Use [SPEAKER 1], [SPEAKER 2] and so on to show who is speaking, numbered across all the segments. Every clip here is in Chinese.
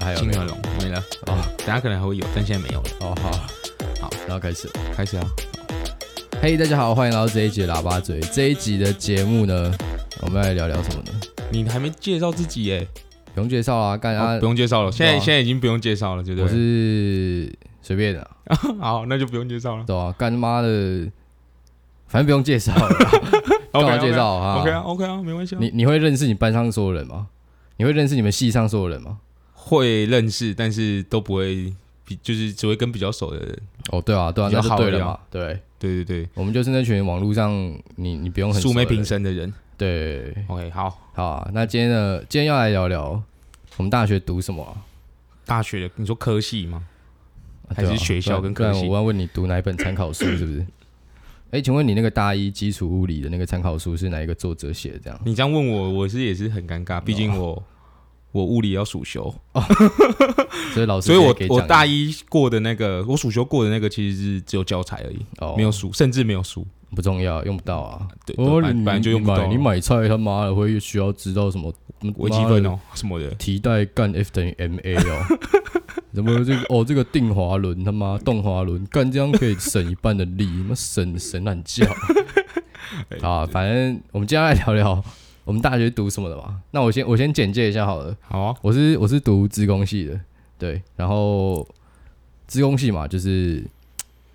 [SPEAKER 1] 还有
[SPEAKER 2] 金
[SPEAKER 1] 没
[SPEAKER 2] 牛
[SPEAKER 1] 有
[SPEAKER 2] 龙没了，
[SPEAKER 1] 哦
[SPEAKER 2] 等下可能还会有，但现在没有了。
[SPEAKER 1] 哦好
[SPEAKER 2] 好，
[SPEAKER 1] 然后开始。
[SPEAKER 2] 开始啊，
[SPEAKER 1] 嘿、大家好，欢迎来到这一集的喇叭嘴。这一集的节目呢，我们要来聊聊什么呢？
[SPEAKER 2] 你还没介绍自己耶、
[SPEAKER 1] 不用介绍啊，干
[SPEAKER 2] 哦
[SPEAKER 1] 啊
[SPEAKER 2] 不，用介绍了，现在
[SPEAKER 1] 对啊
[SPEAKER 2] 现在已经不用介绍了，对不
[SPEAKER 1] 我
[SPEAKER 2] 对？
[SPEAKER 1] 是随便的啊、
[SPEAKER 2] 好，那就不用介绍了。
[SPEAKER 1] 对啊，干他妈的，反正不用介 绍了啦，干
[SPEAKER 2] OK，
[SPEAKER 1] 嘛
[SPEAKER 2] OK
[SPEAKER 1] 介绍啊
[SPEAKER 2] ？OK 啊，OK 啊，没关系啊。
[SPEAKER 1] 你你会认识你班上所有人吗？你会认识你们系上所有人吗？
[SPEAKER 2] 会认识，但是都不会比，就是只会跟比较熟的人。
[SPEAKER 1] 哦，对啊，对啊，
[SPEAKER 2] 比较
[SPEAKER 1] 那就
[SPEAKER 2] 好
[SPEAKER 1] 对了
[SPEAKER 2] 聊
[SPEAKER 1] 嘛，对，
[SPEAKER 2] 对对
[SPEAKER 1] 我们就是那群网络上你你不用
[SPEAKER 2] 对，
[SPEAKER 1] 很
[SPEAKER 2] 素昧
[SPEAKER 1] 熟的
[SPEAKER 2] 平
[SPEAKER 1] 人，
[SPEAKER 2] 生的人。
[SPEAKER 1] 对，
[SPEAKER 2] OK，好，
[SPEAKER 1] 好啊、那今天呢，今天要来聊聊我们大学读什么啊、
[SPEAKER 2] 大学的，你说科系吗？
[SPEAKER 1] 啊
[SPEAKER 2] 还
[SPEAKER 1] 对
[SPEAKER 2] 是
[SPEAKER 1] 啊
[SPEAKER 2] 学校
[SPEAKER 1] 不然
[SPEAKER 2] 跟
[SPEAKER 1] 不
[SPEAKER 2] 科
[SPEAKER 1] 然
[SPEAKER 2] 系
[SPEAKER 1] 我要问你读哪一本参考书是不是？ 哎，请问你那个大一基础物理的那个参考书是哪一个作者写的？这样
[SPEAKER 2] 你这样问我，我是也是很尴尬，毕
[SPEAKER 1] 啊
[SPEAKER 2] 竟我、我物理要暑修，
[SPEAKER 1] 所以老师
[SPEAKER 2] 所以我
[SPEAKER 1] 可
[SPEAKER 2] 我
[SPEAKER 1] 讲
[SPEAKER 2] 大一过的那个，我暑修过的那个其实是只有教材而已，
[SPEAKER 1] 哦
[SPEAKER 2] 没有书，甚至没有书。
[SPEAKER 1] 不重要，用不到啊。
[SPEAKER 2] 对，
[SPEAKER 1] 哦，
[SPEAKER 2] 反
[SPEAKER 1] 你
[SPEAKER 2] 反正就用不到啊
[SPEAKER 1] 你买你买菜他妈的会需要知道什么
[SPEAKER 2] 微积分？
[SPEAKER 1] 妈的
[SPEAKER 2] 哦什么的。
[SPEAKER 1] 提代干 F 等于 ma 哦。什么这个哦，这个定滑轮他妈动滑轮干这样可以省一半的力，他妈省省懒觉啊！反正我们接下来聊聊我们大学读什么的吧。那我先我先简介一下好了，
[SPEAKER 2] 好啊，
[SPEAKER 1] 我是我是读资工系的，对，然后资工系嘛，就是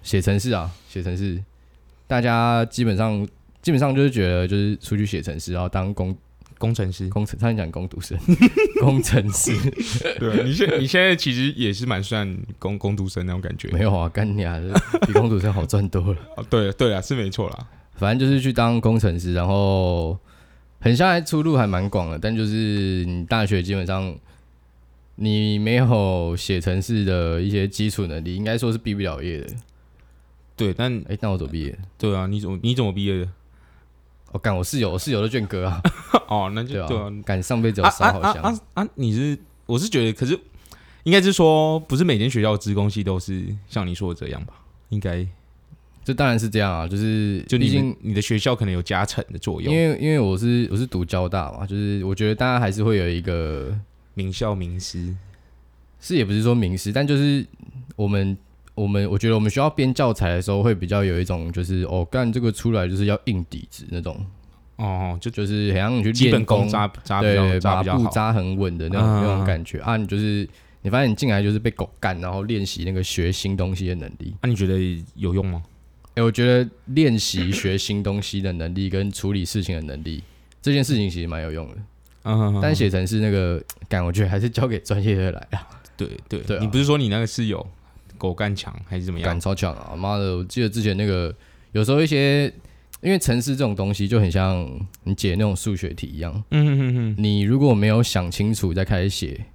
[SPEAKER 1] 写程式啊，写程式，大家基本上基本上就是觉得就是出去写程式，然后当工
[SPEAKER 2] 工程师。
[SPEAKER 1] 工程，他讲工读生， 工程师
[SPEAKER 2] 对啊你现你现在其实也是蛮算工工读生那种感觉。
[SPEAKER 1] 没有啊，干你啊，比工读生好赚多了。
[SPEAKER 2] 哦，对对啊，是没错啦。
[SPEAKER 1] 反正就是去当工程师，然后很像还出路还蛮广的，但就是你大学基本上你没有写程式的一些基础能力，应该说是毕不了业的。
[SPEAKER 2] 对，但
[SPEAKER 1] 哎、那我怎么毕业？
[SPEAKER 2] 对啊，你怎么你怎么毕业的？
[SPEAKER 1] 我、干我室友，我室友的卷哥啊，
[SPEAKER 2] 哦，那就
[SPEAKER 1] 对吧、
[SPEAKER 2] 对啊，
[SPEAKER 1] 干上辈子有
[SPEAKER 2] 啊
[SPEAKER 1] 烧
[SPEAKER 2] 啊
[SPEAKER 1] 好
[SPEAKER 2] 啊
[SPEAKER 1] 香，
[SPEAKER 2] 啊啊！你是我是觉得，可是应该是说，不是每间学校的职工系都是像你说的这样吧？应该
[SPEAKER 1] 这当然是这样啊，就是
[SPEAKER 2] 就
[SPEAKER 1] 毕
[SPEAKER 2] 你
[SPEAKER 1] 竟
[SPEAKER 2] 们你的学校可能有加成的作
[SPEAKER 1] 因
[SPEAKER 2] 用，
[SPEAKER 1] 为因为我是我是读交大嘛，就是我觉得大家还是会有一个
[SPEAKER 2] 名校名师
[SPEAKER 1] 是也不是说名师，但就是我们我们我觉得我们需要编教材的时候会比较有一种就是哦干这个出来就是要硬底子那种，
[SPEAKER 2] 哦，就
[SPEAKER 1] 就是很像你去
[SPEAKER 2] 基本
[SPEAKER 1] 练
[SPEAKER 2] 功
[SPEAKER 1] 功，
[SPEAKER 2] 扎扎比较
[SPEAKER 1] 对，
[SPEAKER 2] 扎
[SPEAKER 1] 把
[SPEAKER 2] 比较
[SPEAKER 1] 步
[SPEAKER 2] 好。
[SPEAKER 1] 扎很稳的那种、
[SPEAKER 2] 嗯
[SPEAKER 1] 那种感觉啊，你就是你发现你进来就是被狗干，然后练习那个学新东西的能力。
[SPEAKER 2] 啊那、你觉得有用吗？
[SPEAKER 1] 哎、我觉得练习学新东西的能力跟处理事情的能力，这件事情其实蛮有用的。
[SPEAKER 2] 嗯，
[SPEAKER 1] 但写成是那个感，我觉得还是交给专业的来啊。
[SPEAKER 2] 对对，
[SPEAKER 1] 对啊
[SPEAKER 2] 你不是说你那个室友狗干强还是怎么样
[SPEAKER 1] 感？超强啊！妈的，我记得之前那个有时候一些，因为城市这种东西就很像你解那种数学题一样，
[SPEAKER 2] 嗯哼哼哼，
[SPEAKER 1] 你如果没有想清楚再开始写，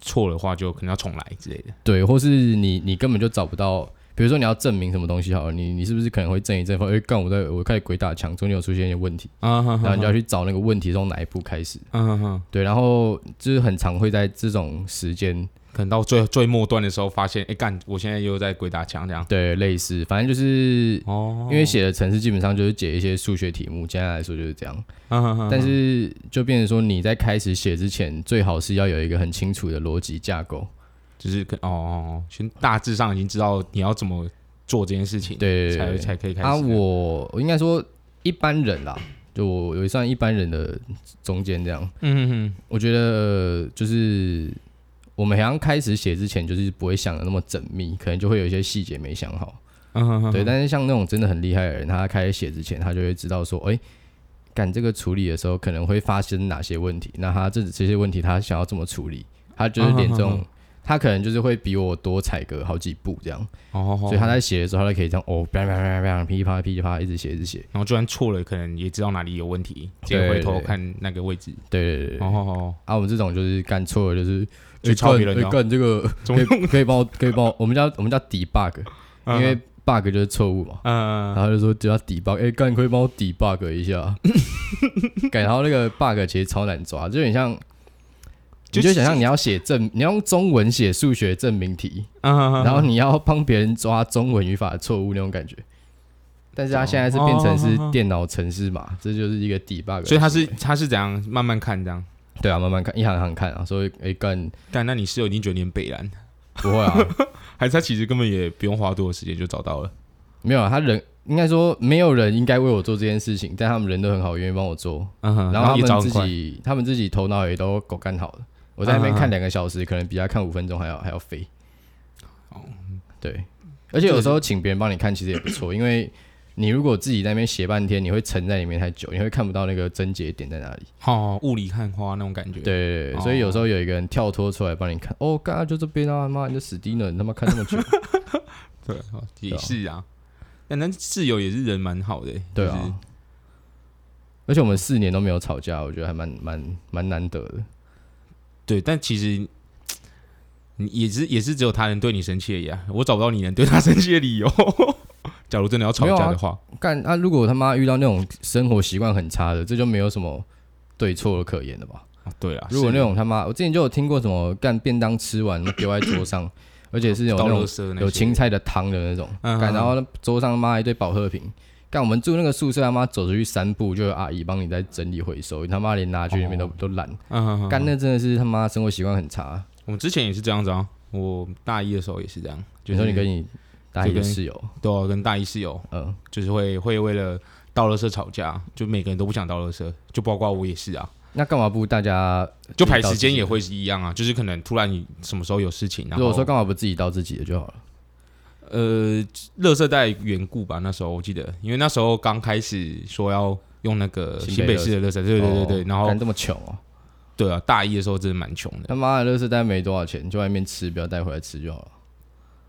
[SPEAKER 2] 错的话就可能要重来之类的。
[SPEAKER 1] 对，或是你你根本就找不到。比如说你要证明什么东西好了，你你是不是可能会证一证说，哎、干我在我开始鬼打墙，中间有出现一些问题，
[SPEAKER 2] 啊
[SPEAKER 1] 嗯
[SPEAKER 2] 哈
[SPEAKER 1] 然后
[SPEAKER 2] 哈
[SPEAKER 1] 你就要去找那个问题从哪一步开始。
[SPEAKER 2] 嗯哼哼，
[SPEAKER 1] 对，然后就是很常会在这种时间，
[SPEAKER 2] 可能到最最末端的时候发现，哎、干，我现在又在鬼打墙这样。
[SPEAKER 1] 对，类似，反正就是
[SPEAKER 2] 哦
[SPEAKER 1] 因为写的程式基本上就是解一些数学题目，简单来说就是这样。
[SPEAKER 2] 嗯哼哼
[SPEAKER 1] 但是就变成说，你在开始写之前，最好是要有一个很清楚的逻辑架构。
[SPEAKER 2] 嗯就是可哦哦，哦先大致上已经知道你要怎么做这件事情，
[SPEAKER 1] 对对对
[SPEAKER 2] 才才可以开始。
[SPEAKER 1] 啊，我我应该说一般人啦，就我有算一般人的中间这样。
[SPEAKER 2] 嗯哼
[SPEAKER 1] 我觉得就是我们好像开始写之前，就是不会想的那么缜密，可能就会有一些细节没想好。
[SPEAKER 2] 哼嗯哼哼，
[SPEAKER 1] 对，但是像那种真的很厉害的人，他开始写之前，他就会知道说，哎、干这个处理的时候可能会发生哪些问题，那他这这些问题他想要怎么处理，他就是连这
[SPEAKER 2] 嗯嗯
[SPEAKER 1] 种
[SPEAKER 2] 嗯，
[SPEAKER 1] 他可能就是会比我多踩个好几步这样，
[SPEAKER 2] 哦，哦
[SPEAKER 1] 所以他，在写的时候，他就可以这样哦，啪啪啪啪啪，噼里啪啦噼里啪啦一直写一直写，
[SPEAKER 2] 然后就算错了，可能也知道哪里有问题，直接
[SPEAKER 1] 对
[SPEAKER 2] 回头
[SPEAKER 1] 对
[SPEAKER 2] 看那个位置。
[SPEAKER 1] 对对对对，
[SPEAKER 2] 哦哦哦，
[SPEAKER 1] 啊，我们这种就是干错了就是。
[SPEAKER 2] 就
[SPEAKER 1] 哎
[SPEAKER 2] 抄别人
[SPEAKER 1] 干
[SPEAKER 2] 的
[SPEAKER 1] 哎干这个
[SPEAKER 2] 怎
[SPEAKER 1] 可
[SPEAKER 2] 么
[SPEAKER 1] 以可以帮我可以帮我，我们叫我们叫 debug，因为 bug 就是错误嘛，
[SPEAKER 2] 嗯，
[SPEAKER 1] 然后就说只要 debug，哎、干，可以帮我 debug 一下。 干，然后那个 bug 其实超难抓，就有点像，你
[SPEAKER 2] 就
[SPEAKER 1] 就想象你要写证，你要用中文写数学证明题，
[SPEAKER 2] 嗯
[SPEAKER 1] 然后你要帮别人抓中文语法的错误那种感觉。但是它现在是哦变成是电脑程式码，这就是一个 debug 的行为。
[SPEAKER 2] 所以他是他是怎样慢慢看这样？
[SPEAKER 1] 对啊，慢慢看，一行行看啊。所以哎干
[SPEAKER 2] 但那你室友已经觉得你很北蓝，
[SPEAKER 1] 不会啊，
[SPEAKER 2] 还是他其实根本也不用花多的时间就找到了？
[SPEAKER 1] 没有啊，他人应该说没有人应该为我做这件事情，但他们人都很好，愿意帮我做。
[SPEAKER 2] 嗯哼，
[SPEAKER 1] 然后啊
[SPEAKER 2] 也
[SPEAKER 1] 他
[SPEAKER 2] 找
[SPEAKER 1] 们
[SPEAKER 2] 很
[SPEAKER 1] 自
[SPEAKER 2] 快。
[SPEAKER 1] 己，他们自己头脑也都狗干好了。我在那边
[SPEAKER 2] 啊
[SPEAKER 1] 看两个小时，可能比他看五分钟还要还要飞。哦对，而且有时候请别人帮你看，其实也不错，因为你如果自己在那边写半天，你会沉在里面太久，你会看不到那个症结点在哪里。
[SPEAKER 2] 哦，雾里看花那种感觉。
[SPEAKER 1] 对，对哦对对，所以有时候有一个人跳脱出来帮你看，哦，刚刚就这边啊，妈，你的死低能，你他妈看那 么久，啊
[SPEAKER 2] 对，哦也是啊。但那室友也是人蛮好的、欸
[SPEAKER 1] 对
[SPEAKER 2] 就是
[SPEAKER 1] 啊。而且我们四年都没有吵架，我觉得还蛮蛮蛮难得的。
[SPEAKER 2] 对，但其实你也是也是只有他能对你生气而已啊，我找不到你能对他生气的理由。 假如真的要吵
[SPEAKER 1] 没有啊
[SPEAKER 2] 架的话，
[SPEAKER 1] 干啊！如果他妈遇到那种生活习惯很差的，这就没有什么对错可言了吧？
[SPEAKER 2] 啊对啊，
[SPEAKER 1] 如果
[SPEAKER 2] 是
[SPEAKER 1] 那种他妈，我之前就有听过什么干便当吃完丢在桌 上，而且是有那
[SPEAKER 2] 倒垃
[SPEAKER 1] 种
[SPEAKER 2] 圾那些
[SPEAKER 1] 有青菜的汤的那种，
[SPEAKER 2] 嗯
[SPEAKER 1] 干然后桌上妈一堆保特瓶。干我们住那个宿舍，他妈走出去三步就有阿姨帮你在整理回收，你他妈连拿去里面都、都懒。
[SPEAKER 2] 嗯哼哼
[SPEAKER 1] 干那真的是他妈生活习惯很差。
[SPEAKER 2] 我们之前也是这样子啊，我大一的时候也是这样，就
[SPEAKER 1] 你
[SPEAKER 2] 是
[SPEAKER 1] 说你跟你大一
[SPEAKER 2] 就
[SPEAKER 1] 的
[SPEAKER 2] 跟
[SPEAKER 1] 室友，
[SPEAKER 2] 对啊、跟大一室友
[SPEAKER 1] 嗯，
[SPEAKER 2] 就是会会为了倒垃圾吵架，就每个人都不想倒垃圾，就包括我也是啊，
[SPEAKER 1] 那干嘛不大家？
[SPEAKER 2] 就排时间也会是一样啊，就是可能突然你什么时候有事情，然
[SPEAKER 1] 如
[SPEAKER 2] 后
[SPEAKER 1] 果说干嘛不自己倒自己的就好了？
[SPEAKER 2] 呃，垃圾袋缘故吧，那时候我记得，因为那时候刚开始说要用那个
[SPEAKER 1] 新
[SPEAKER 2] 新
[SPEAKER 1] 北
[SPEAKER 2] 北
[SPEAKER 1] 垃
[SPEAKER 2] 市的垃圾，对对对对，
[SPEAKER 1] 哦
[SPEAKER 2] 然后
[SPEAKER 1] 干这么穷哦。
[SPEAKER 2] 对啊，大一的时候真的蛮穷的，
[SPEAKER 1] 他妈的，垃圾袋没多少钱，就外面吃，不要带回来吃就好了。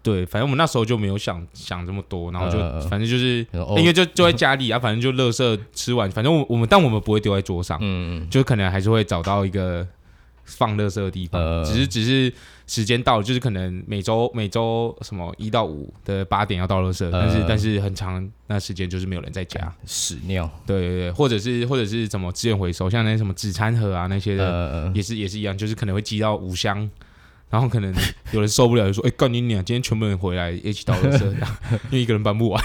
[SPEAKER 2] 对，反正我们那时候就没有想想这么多，然后就、
[SPEAKER 1] 呃
[SPEAKER 2] 反正就是。
[SPEAKER 1] 然后哦
[SPEAKER 2] 哎因为就就在家里啊，反正就垃圾吃完，反正我我们但我们不会丢在桌上，
[SPEAKER 1] 嗯，嗯
[SPEAKER 2] 就可能还是会找到一个放垃圾的地方，
[SPEAKER 1] 呃
[SPEAKER 2] 只是只是时间到了，就是可能每周每周什么一到五的八点要倒垃圾，但是
[SPEAKER 1] 呃
[SPEAKER 2] 但是很长那时间就是没有人在家，
[SPEAKER 1] 屎尿，
[SPEAKER 2] 对对对，或者是或者是怎么资源回收，像那些什么纸餐盒啊那些的，
[SPEAKER 1] 呃，
[SPEAKER 2] 也是也是一样，就是可能会积到五箱。然后可 能有人受不了，就说：“哎、干你娘！今天全部人回来一起倒 垃圾，因为一个人搬不 完，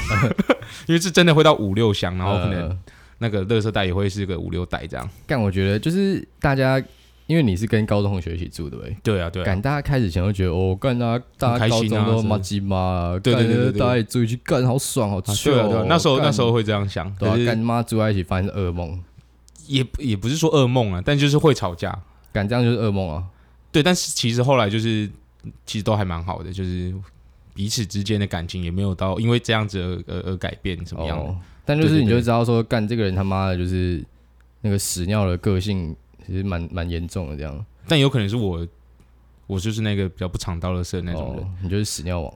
[SPEAKER 2] 因为是真的会到五六箱，然后可能
[SPEAKER 1] 呃
[SPEAKER 2] 那个垃圾袋也会是个五六袋这样。
[SPEAKER 1] 干，我觉得就是大家，因为你是跟高中同学一起住的呗。
[SPEAKER 2] 对啊，对啊，
[SPEAKER 1] 干，大家开始前会觉得哦，干大家大
[SPEAKER 2] 很
[SPEAKER 1] 家
[SPEAKER 2] 开
[SPEAKER 1] 高
[SPEAKER 2] 心
[SPEAKER 1] 中
[SPEAKER 2] 啊
[SPEAKER 1] 都
[SPEAKER 2] 是
[SPEAKER 1] 妈鸡妈，
[SPEAKER 2] 对对对对
[SPEAKER 1] 干
[SPEAKER 2] 对
[SPEAKER 1] 大家也住一起干，好爽，好
[SPEAKER 2] 啊
[SPEAKER 1] 趣
[SPEAKER 2] 对啊，对啊
[SPEAKER 1] 哦。
[SPEAKER 2] 那时候
[SPEAKER 1] 干
[SPEAKER 2] 那时候会这样想，
[SPEAKER 1] 对啊
[SPEAKER 2] 可，
[SPEAKER 1] 干
[SPEAKER 2] 是
[SPEAKER 1] 妈住在一起发现是噩梦，
[SPEAKER 2] 也也不是说噩梦啊，但就是会吵架。
[SPEAKER 1] 干这样就是噩梦啊。
[SPEAKER 2] 对，但是其实后来就是其实都还蛮好的，就是彼此之间的感情也没有到因为这样子而而而改变怎么样的。
[SPEAKER 1] 哦，但就是
[SPEAKER 2] 对对
[SPEAKER 1] 你
[SPEAKER 2] 对
[SPEAKER 1] 就知道说，干这个人他妈的就是那个屎尿的个性，其实蛮蛮严重的这样。
[SPEAKER 2] 但有可能是我我就是那个比较不常倒垃圾的那种 人，
[SPEAKER 1] 哦，你就是屎尿王。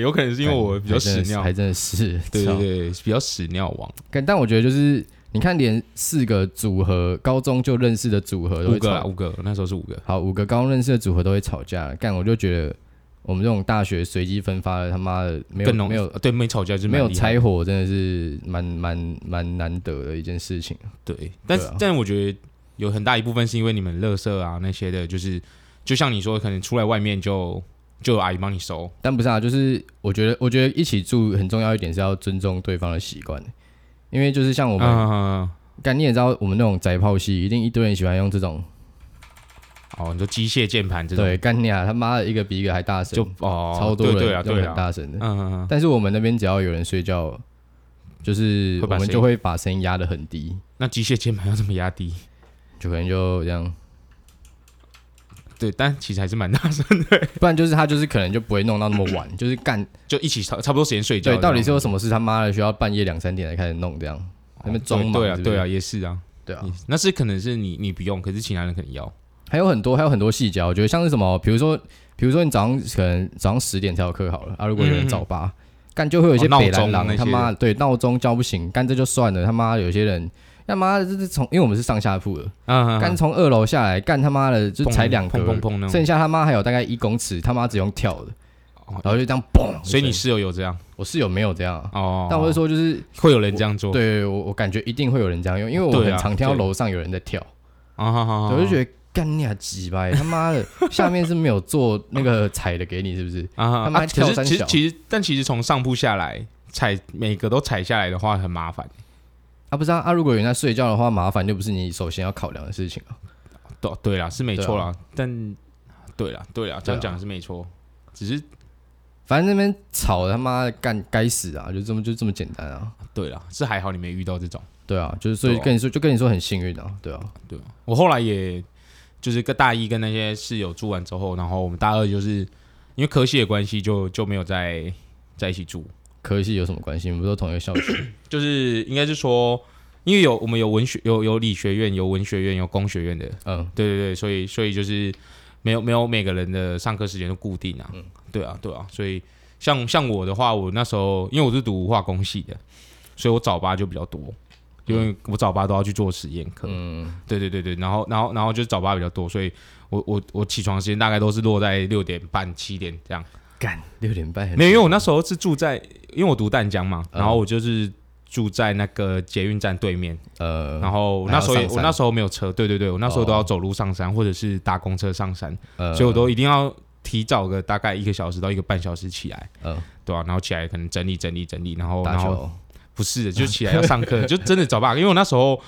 [SPEAKER 2] 有可能是因为我比较屎尿
[SPEAKER 1] 还，真的是，
[SPEAKER 2] 对对
[SPEAKER 1] 操
[SPEAKER 2] 对，比较屎尿王，
[SPEAKER 1] 干但我觉得就是，你看连四个组合，高中就认识的组合都
[SPEAKER 2] 五
[SPEAKER 1] 会
[SPEAKER 2] 个啦，啊
[SPEAKER 1] 吵，
[SPEAKER 2] 五个，那时候是五个。
[SPEAKER 1] 好，五个高中认识的组合都会吵架。干，我就觉得我们这种大学随机分发的，他妈的没有
[SPEAKER 2] 更浓
[SPEAKER 1] 没有
[SPEAKER 2] 啊对没吵架就是
[SPEAKER 1] 没有
[SPEAKER 2] 猜
[SPEAKER 1] 拆火，真的是蛮蛮蛮难得的一件事情。
[SPEAKER 2] 对，但是、
[SPEAKER 1] 对啊
[SPEAKER 2] 但我觉得有很大一部分是因为你们垃圾啊那些的，就是就像你说，可能出来外面就就有阿姨帮你收，
[SPEAKER 1] 但不是啊，就是我觉得我觉得一起住很重要一点是要尊重对方的习惯，因为就是像我
[SPEAKER 2] 嗯、
[SPEAKER 1] 们干、你也知道，我们那种宅炮系一定一堆人喜欢用这种，
[SPEAKER 2] 哦，你说机械键盘这种，
[SPEAKER 1] 对干你啊他妈的一个比一个还大声，
[SPEAKER 2] 就哦，
[SPEAKER 1] 超多人
[SPEAKER 2] 对对啊，
[SPEAKER 1] 用
[SPEAKER 2] 对
[SPEAKER 1] 很
[SPEAKER 2] 啊，
[SPEAKER 1] 大声的。
[SPEAKER 2] 嗯，
[SPEAKER 1] 但是我们那边只要有人睡觉，就是
[SPEAKER 2] 会把
[SPEAKER 1] 我们
[SPEAKER 2] 声音
[SPEAKER 1] 就会把声音压得很低，
[SPEAKER 2] 那机械键盘要怎么压低？
[SPEAKER 1] 就可能就这样，
[SPEAKER 2] 对，但其实还是蛮大声，
[SPEAKER 1] 不然就是他就是可能就不会弄到那么晚， 就是干
[SPEAKER 2] 就一起差差不多时间睡觉这
[SPEAKER 1] 对，
[SPEAKER 2] 样。
[SPEAKER 1] 到底是有什么事他妈的需要半夜两三点才开始弄这样，那边装
[SPEAKER 2] 对
[SPEAKER 1] 忙
[SPEAKER 2] 对啊，
[SPEAKER 1] 是不是
[SPEAKER 2] 对啊，也是啊，
[SPEAKER 1] 对啊
[SPEAKER 2] 也，是那是可能是你你不用，可是其他人可能要。
[SPEAKER 1] 还有很多还有很多细节啊，我觉得像是什么，比如说比如说你早上可能早上十点才有课好了啊，如果有人早八。干就会有一些
[SPEAKER 2] 嗯哦闹
[SPEAKER 1] 北蓝
[SPEAKER 2] 钟
[SPEAKER 1] 狼，
[SPEAKER 2] 那些
[SPEAKER 1] 他妈对闹钟叫不醒，干这就算了，他妈有些人他妈的这是从因为我们是上下铺的，
[SPEAKER 2] 嗯，
[SPEAKER 1] 干从二楼下来，干他妈的就
[SPEAKER 2] 砰
[SPEAKER 1] 才两格，
[SPEAKER 2] 砰砰砰那种
[SPEAKER 1] 剩下他妈还有大概一公尺，他妈只用跳的，
[SPEAKER 2] 哦
[SPEAKER 1] 然后就这样嘣。
[SPEAKER 2] 所以你
[SPEAKER 1] 一声
[SPEAKER 2] 室友有这样
[SPEAKER 1] 我室友没有这样啊，
[SPEAKER 2] 哦？
[SPEAKER 1] 但我是说就是
[SPEAKER 2] 会有人这样做，
[SPEAKER 1] 对我我感觉一定会有人这样用，因为我
[SPEAKER 2] 对啊
[SPEAKER 1] 很常听到
[SPEAKER 2] 对
[SPEAKER 1] 楼上有人在跳，
[SPEAKER 2] 啊，好好好，
[SPEAKER 1] 我就觉得干你啊鸡巴，他妈的下面是没有做那个踩的给你是不是？
[SPEAKER 2] 啊
[SPEAKER 1] 他妈
[SPEAKER 2] 啊
[SPEAKER 1] 跳
[SPEAKER 2] 可是
[SPEAKER 1] 三
[SPEAKER 2] 其实
[SPEAKER 1] 小
[SPEAKER 2] 其实，但其实从上铺下来踩每个都踩下来的话很麻烦
[SPEAKER 1] 啊不是啊，啊如果有人在睡觉的话，麻烦就不是你首先要考量的事情啊。
[SPEAKER 2] 对对啦，是没
[SPEAKER 1] 对啊啊
[SPEAKER 2] 错啦，但对啦对啦，这样讲是没错，只是
[SPEAKER 1] 反正那边吵他妈的干该死啊，就这么就这么简单啊。
[SPEAKER 2] 对啦，是还好你没遇到这种。
[SPEAKER 1] 对啊，就是所以
[SPEAKER 2] 对啊
[SPEAKER 1] 跟你说，就跟你说很幸运啊，对啊，
[SPEAKER 2] 我后来也就是跟大一跟那些室友住完之后，然后我们大二就是因为科系的关系就就没有在在一起住，
[SPEAKER 1] 科系有什么关系？我们都同一个校 区，
[SPEAKER 2] 就是应该是说，因为有我们有文学有有理学院有文学院有工学院的，
[SPEAKER 1] 嗯，
[SPEAKER 2] 对对对，所以所以就是没有没有每个人的上课时间都固定
[SPEAKER 1] 嗯
[SPEAKER 2] 啊，对啊对啊，所以像像我的话，我那时候因为我是读化工系的，所以我早八就比较多，因为我早八都要去做实验课，
[SPEAKER 1] 嗯，
[SPEAKER 2] 对对对对，然后然后然后就是早八比较多，所以我我我起床时间大概都是落在六点半七点这样，
[SPEAKER 1] 干六点半很嗯
[SPEAKER 2] 没有，因为我那时候是住在，因为我读淡江嘛，然后我就是住在那个捷运站对面，
[SPEAKER 1] 呃
[SPEAKER 2] 然后我
[SPEAKER 1] 还要
[SPEAKER 2] 那时候也
[SPEAKER 1] 上山
[SPEAKER 2] 我那时候没有车，对对对，我那时候都
[SPEAKER 1] 哦
[SPEAKER 2] 要走路上山，或者是搭公车上山，
[SPEAKER 1] 呃，
[SPEAKER 2] 所以我都一定要提早个大概一个小时到一个半小时起来，
[SPEAKER 1] 嗯
[SPEAKER 2] 对啊，然后起来可能整理整理整理，然后
[SPEAKER 1] 打
[SPEAKER 2] 然后
[SPEAKER 1] 球，
[SPEAKER 2] 不是的，就起 来要上课，就真的早八，因为我那时候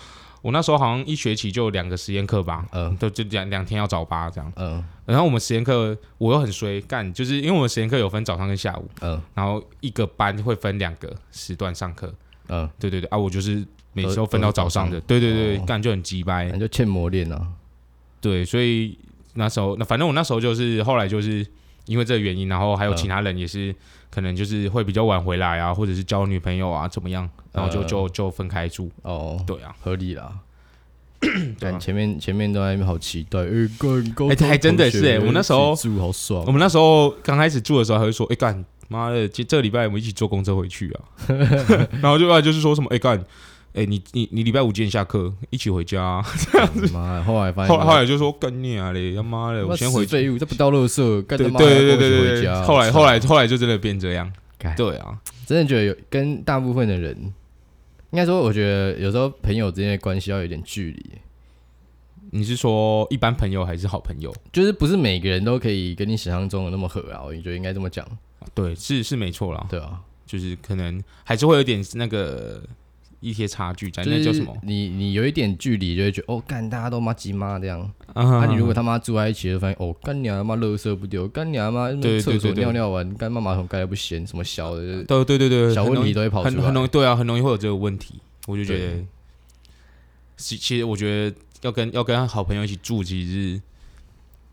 [SPEAKER 2] 我那时候好像一学期就有两个实验课吧，
[SPEAKER 1] 嗯
[SPEAKER 2] 都就两两天要早八这样，
[SPEAKER 1] 嗯
[SPEAKER 2] 然后我们实验课我又很衰，干就是因为我们实验课有分早上跟下午，
[SPEAKER 1] 嗯
[SPEAKER 2] 然后一个班会分两个时段上课，
[SPEAKER 1] 嗯，
[SPEAKER 2] 对对对啊，我就是每次都分
[SPEAKER 1] 都
[SPEAKER 2] 到
[SPEAKER 1] 是早
[SPEAKER 2] 早上的，
[SPEAKER 1] 上
[SPEAKER 2] 对对对，
[SPEAKER 1] 哦
[SPEAKER 2] 干就很鸡掰
[SPEAKER 1] 反，正就欠磨练啊，
[SPEAKER 2] 对，所以那时候那反正我那时候就是后来就是因为这个原因，然后还有
[SPEAKER 1] 嗯
[SPEAKER 2] 其他人也是、可能就是会比较晚回来啊，或者是交女朋友啊怎么样，然后就、
[SPEAKER 1] 呃
[SPEAKER 2] 就就分开住，
[SPEAKER 1] 哦，
[SPEAKER 2] 对啊，
[SPEAKER 1] 合理啦。
[SPEAKER 2] 对啊
[SPEAKER 1] 但前面前面都还好期待，哎、干高
[SPEAKER 2] 哎
[SPEAKER 1] 中
[SPEAKER 2] 还真的是
[SPEAKER 1] 同学
[SPEAKER 2] 哎我那时候
[SPEAKER 1] 一起住好爽
[SPEAKER 2] 我，们那时候刚开始住的时候还会说，哎、干。妈的，这这个礼拜我们一起坐公车回去 啊，然后就后来就是说什么，哎、干，哎、你你你礼拜五几点下课？一起回家啊、
[SPEAKER 1] 干妈呀，后来发现
[SPEAKER 2] 后来后来就说干你啊嘞，他妈的，我先回去。
[SPEAKER 1] 废物，这不到垃圾，干
[SPEAKER 2] 对
[SPEAKER 1] 他
[SPEAKER 2] 对
[SPEAKER 1] 妈的跟我一
[SPEAKER 2] 对对
[SPEAKER 1] 起
[SPEAKER 2] 对
[SPEAKER 1] 回
[SPEAKER 2] 对，
[SPEAKER 1] 家
[SPEAKER 2] 后来后，来
[SPEAKER 1] 操
[SPEAKER 2] 后来就真的变这样
[SPEAKER 1] 干。
[SPEAKER 2] 对啊，
[SPEAKER 1] 真的觉得有跟大部分的人，应该说，我觉得有时候朋友之间的关系要有点距离，
[SPEAKER 2] 你是说一般朋友还是好朋友？
[SPEAKER 1] 就是不是每个人都可以跟你想象中的那么合啊，我觉得应该这么讲，
[SPEAKER 2] 对，是是没错啦，
[SPEAKER 1] 对啊，
[SPEAKER 2] 就是可能还是会有点那个一些差距在，
[SPEAKER 1] 就
[SPEAKER 2] 那叫什
[SPEAKER 1] 是
[SPEAKER 2] 么？
[SPEAKER 1] 你你有一点距离就会觉得，哦，干大家都妈鸡妈这样，
[SPEAKER 2] 啊
[SPEAKER 1] 那、你如果他妈住在一起，就发现哦，干娘他妈垃圾不丢，干娘他妈那
[SPEAKER 2] 对对
[SPEAKER 1] 厕所
[SPEAKER 2] 对对
[SPEAKER 1] 尿尿完，干妈马桶盖也不掀，什么小的，就是
[SPEAKER 2] 嗯对对对对，
[SPEAKER 1] 小
[SPEAKER 2] 很
[SPEAKER 1] 问
[SPEAKER 2] 容
[SPEAKER 1] 题
[SPEAKER 2] 易
[SPEAKER 1] 都会跑出
[SPEAKER 2] 很很容
[SPEAKER 1] 来。
[SPEAKER 2] 易，对啊，很容易会有这个问题。我就觉得
[SPEAKER 1] 对，
[SPEAKER 2] 其其实我觉得要跟要跟好朋友一起住，其实是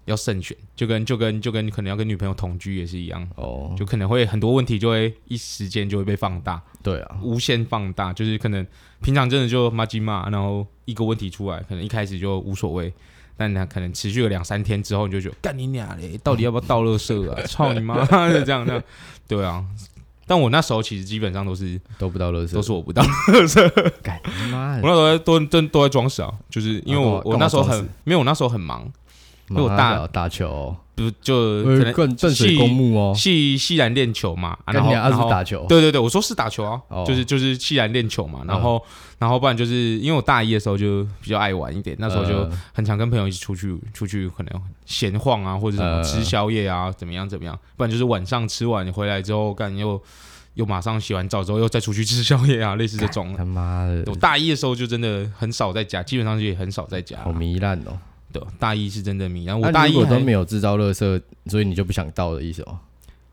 [SPEAKER 2] 要慎选，就跟就跟就跟可能要跟女朋友同居也是一样。
[SPEAKER 1] 哦，
[SPEAKER 2] 就可能会很多问题就会一时间就会被放大，
[SPEAKER 1] 对啊，
[SPEAKER 2] 无限放大，就是可能平常真的就骂鸡骂，然后一个问题出来，可能一开始就无所谓，但他可能持续了两三天之后，你就觉得干你俩嘞，到底要不要倒垃 圾啊？操你妈的，这样这样，对啊。但我那时候其实基本上都是
[SPEAKER 1] 都不到垃圾，
[SPEAKER 2] 都是我不倒，我
[SPEAKER 1] 干你妈的
[SPEAKER 2] 那时，候都都都在装死啊，就是因为我
[SPEAKER 1] 啊干嘛
[SPEAKER 2] 我那时候
[SPEAKER 1] 干
[SPEAKER 2] 很
[SPEAKER 1] 嘛
[SPEAKER 2] 没有，我那时候很忙，因为我
[SPEAKER 1] 妈
[SPEAKER 2] 大
[SPEAKER 1] 的打球哦，
[SPEAKER 2] 不就可
[SPEAKER 1] 呃
[SPEAKER 2] 能
[SPEAKER 1] 更淡水
[SPEAKER 2] 系
[SPEAKER 1] 公墓哦，
[SPEAKER 2] 系系然练球嘛，啊
[SPEAKER 1] 干
[SPEAKER 2] 然后
[SPEAKER 1] 你阿是
[SPEAKER 2] 然后
[SPEAKER 1] 打球，
[SPEAKER 2] 对对对，我说是打球啊，
[SPEAKER 1] 哦嗯
[SPEAKER 2] 就是就是既然练球嘛，然后、然后不然就是因为我大一的时候就比较爱玩一点，那时候就
[SPEAKER 1] 呃
[SPEAKER 2] 很常跟朋友一起出去出去可能闲晃啊，或者什么
[SPEAKER 1] 呃
[SPEAKER 2] 吃宵夜啊，怎么样怎么样，不然就是晚上吃完回来之后干又又马上洗完澡之后又再出去吃宵 夜啊，类似这种。
[SPEAKER 1] 他妈的
[SPEAKER 2] 我大一的时候就真的很少在家，基本上就也很少在家。
[SPEAKER 1] 好糜烂哦。
[SPEAKER 2] 对，大一是真的迷，然后
[SPEAKER 1] 那
[SPEAKER 2] 啊我大
[SPEAKER 1] 如
[SPEAKER 2] 一
[SPEAKER 1] 果
[SPEAKER 2] 还
[SPEAKER 1] 都没有制造垃圾，所以你就不想到的意思哦。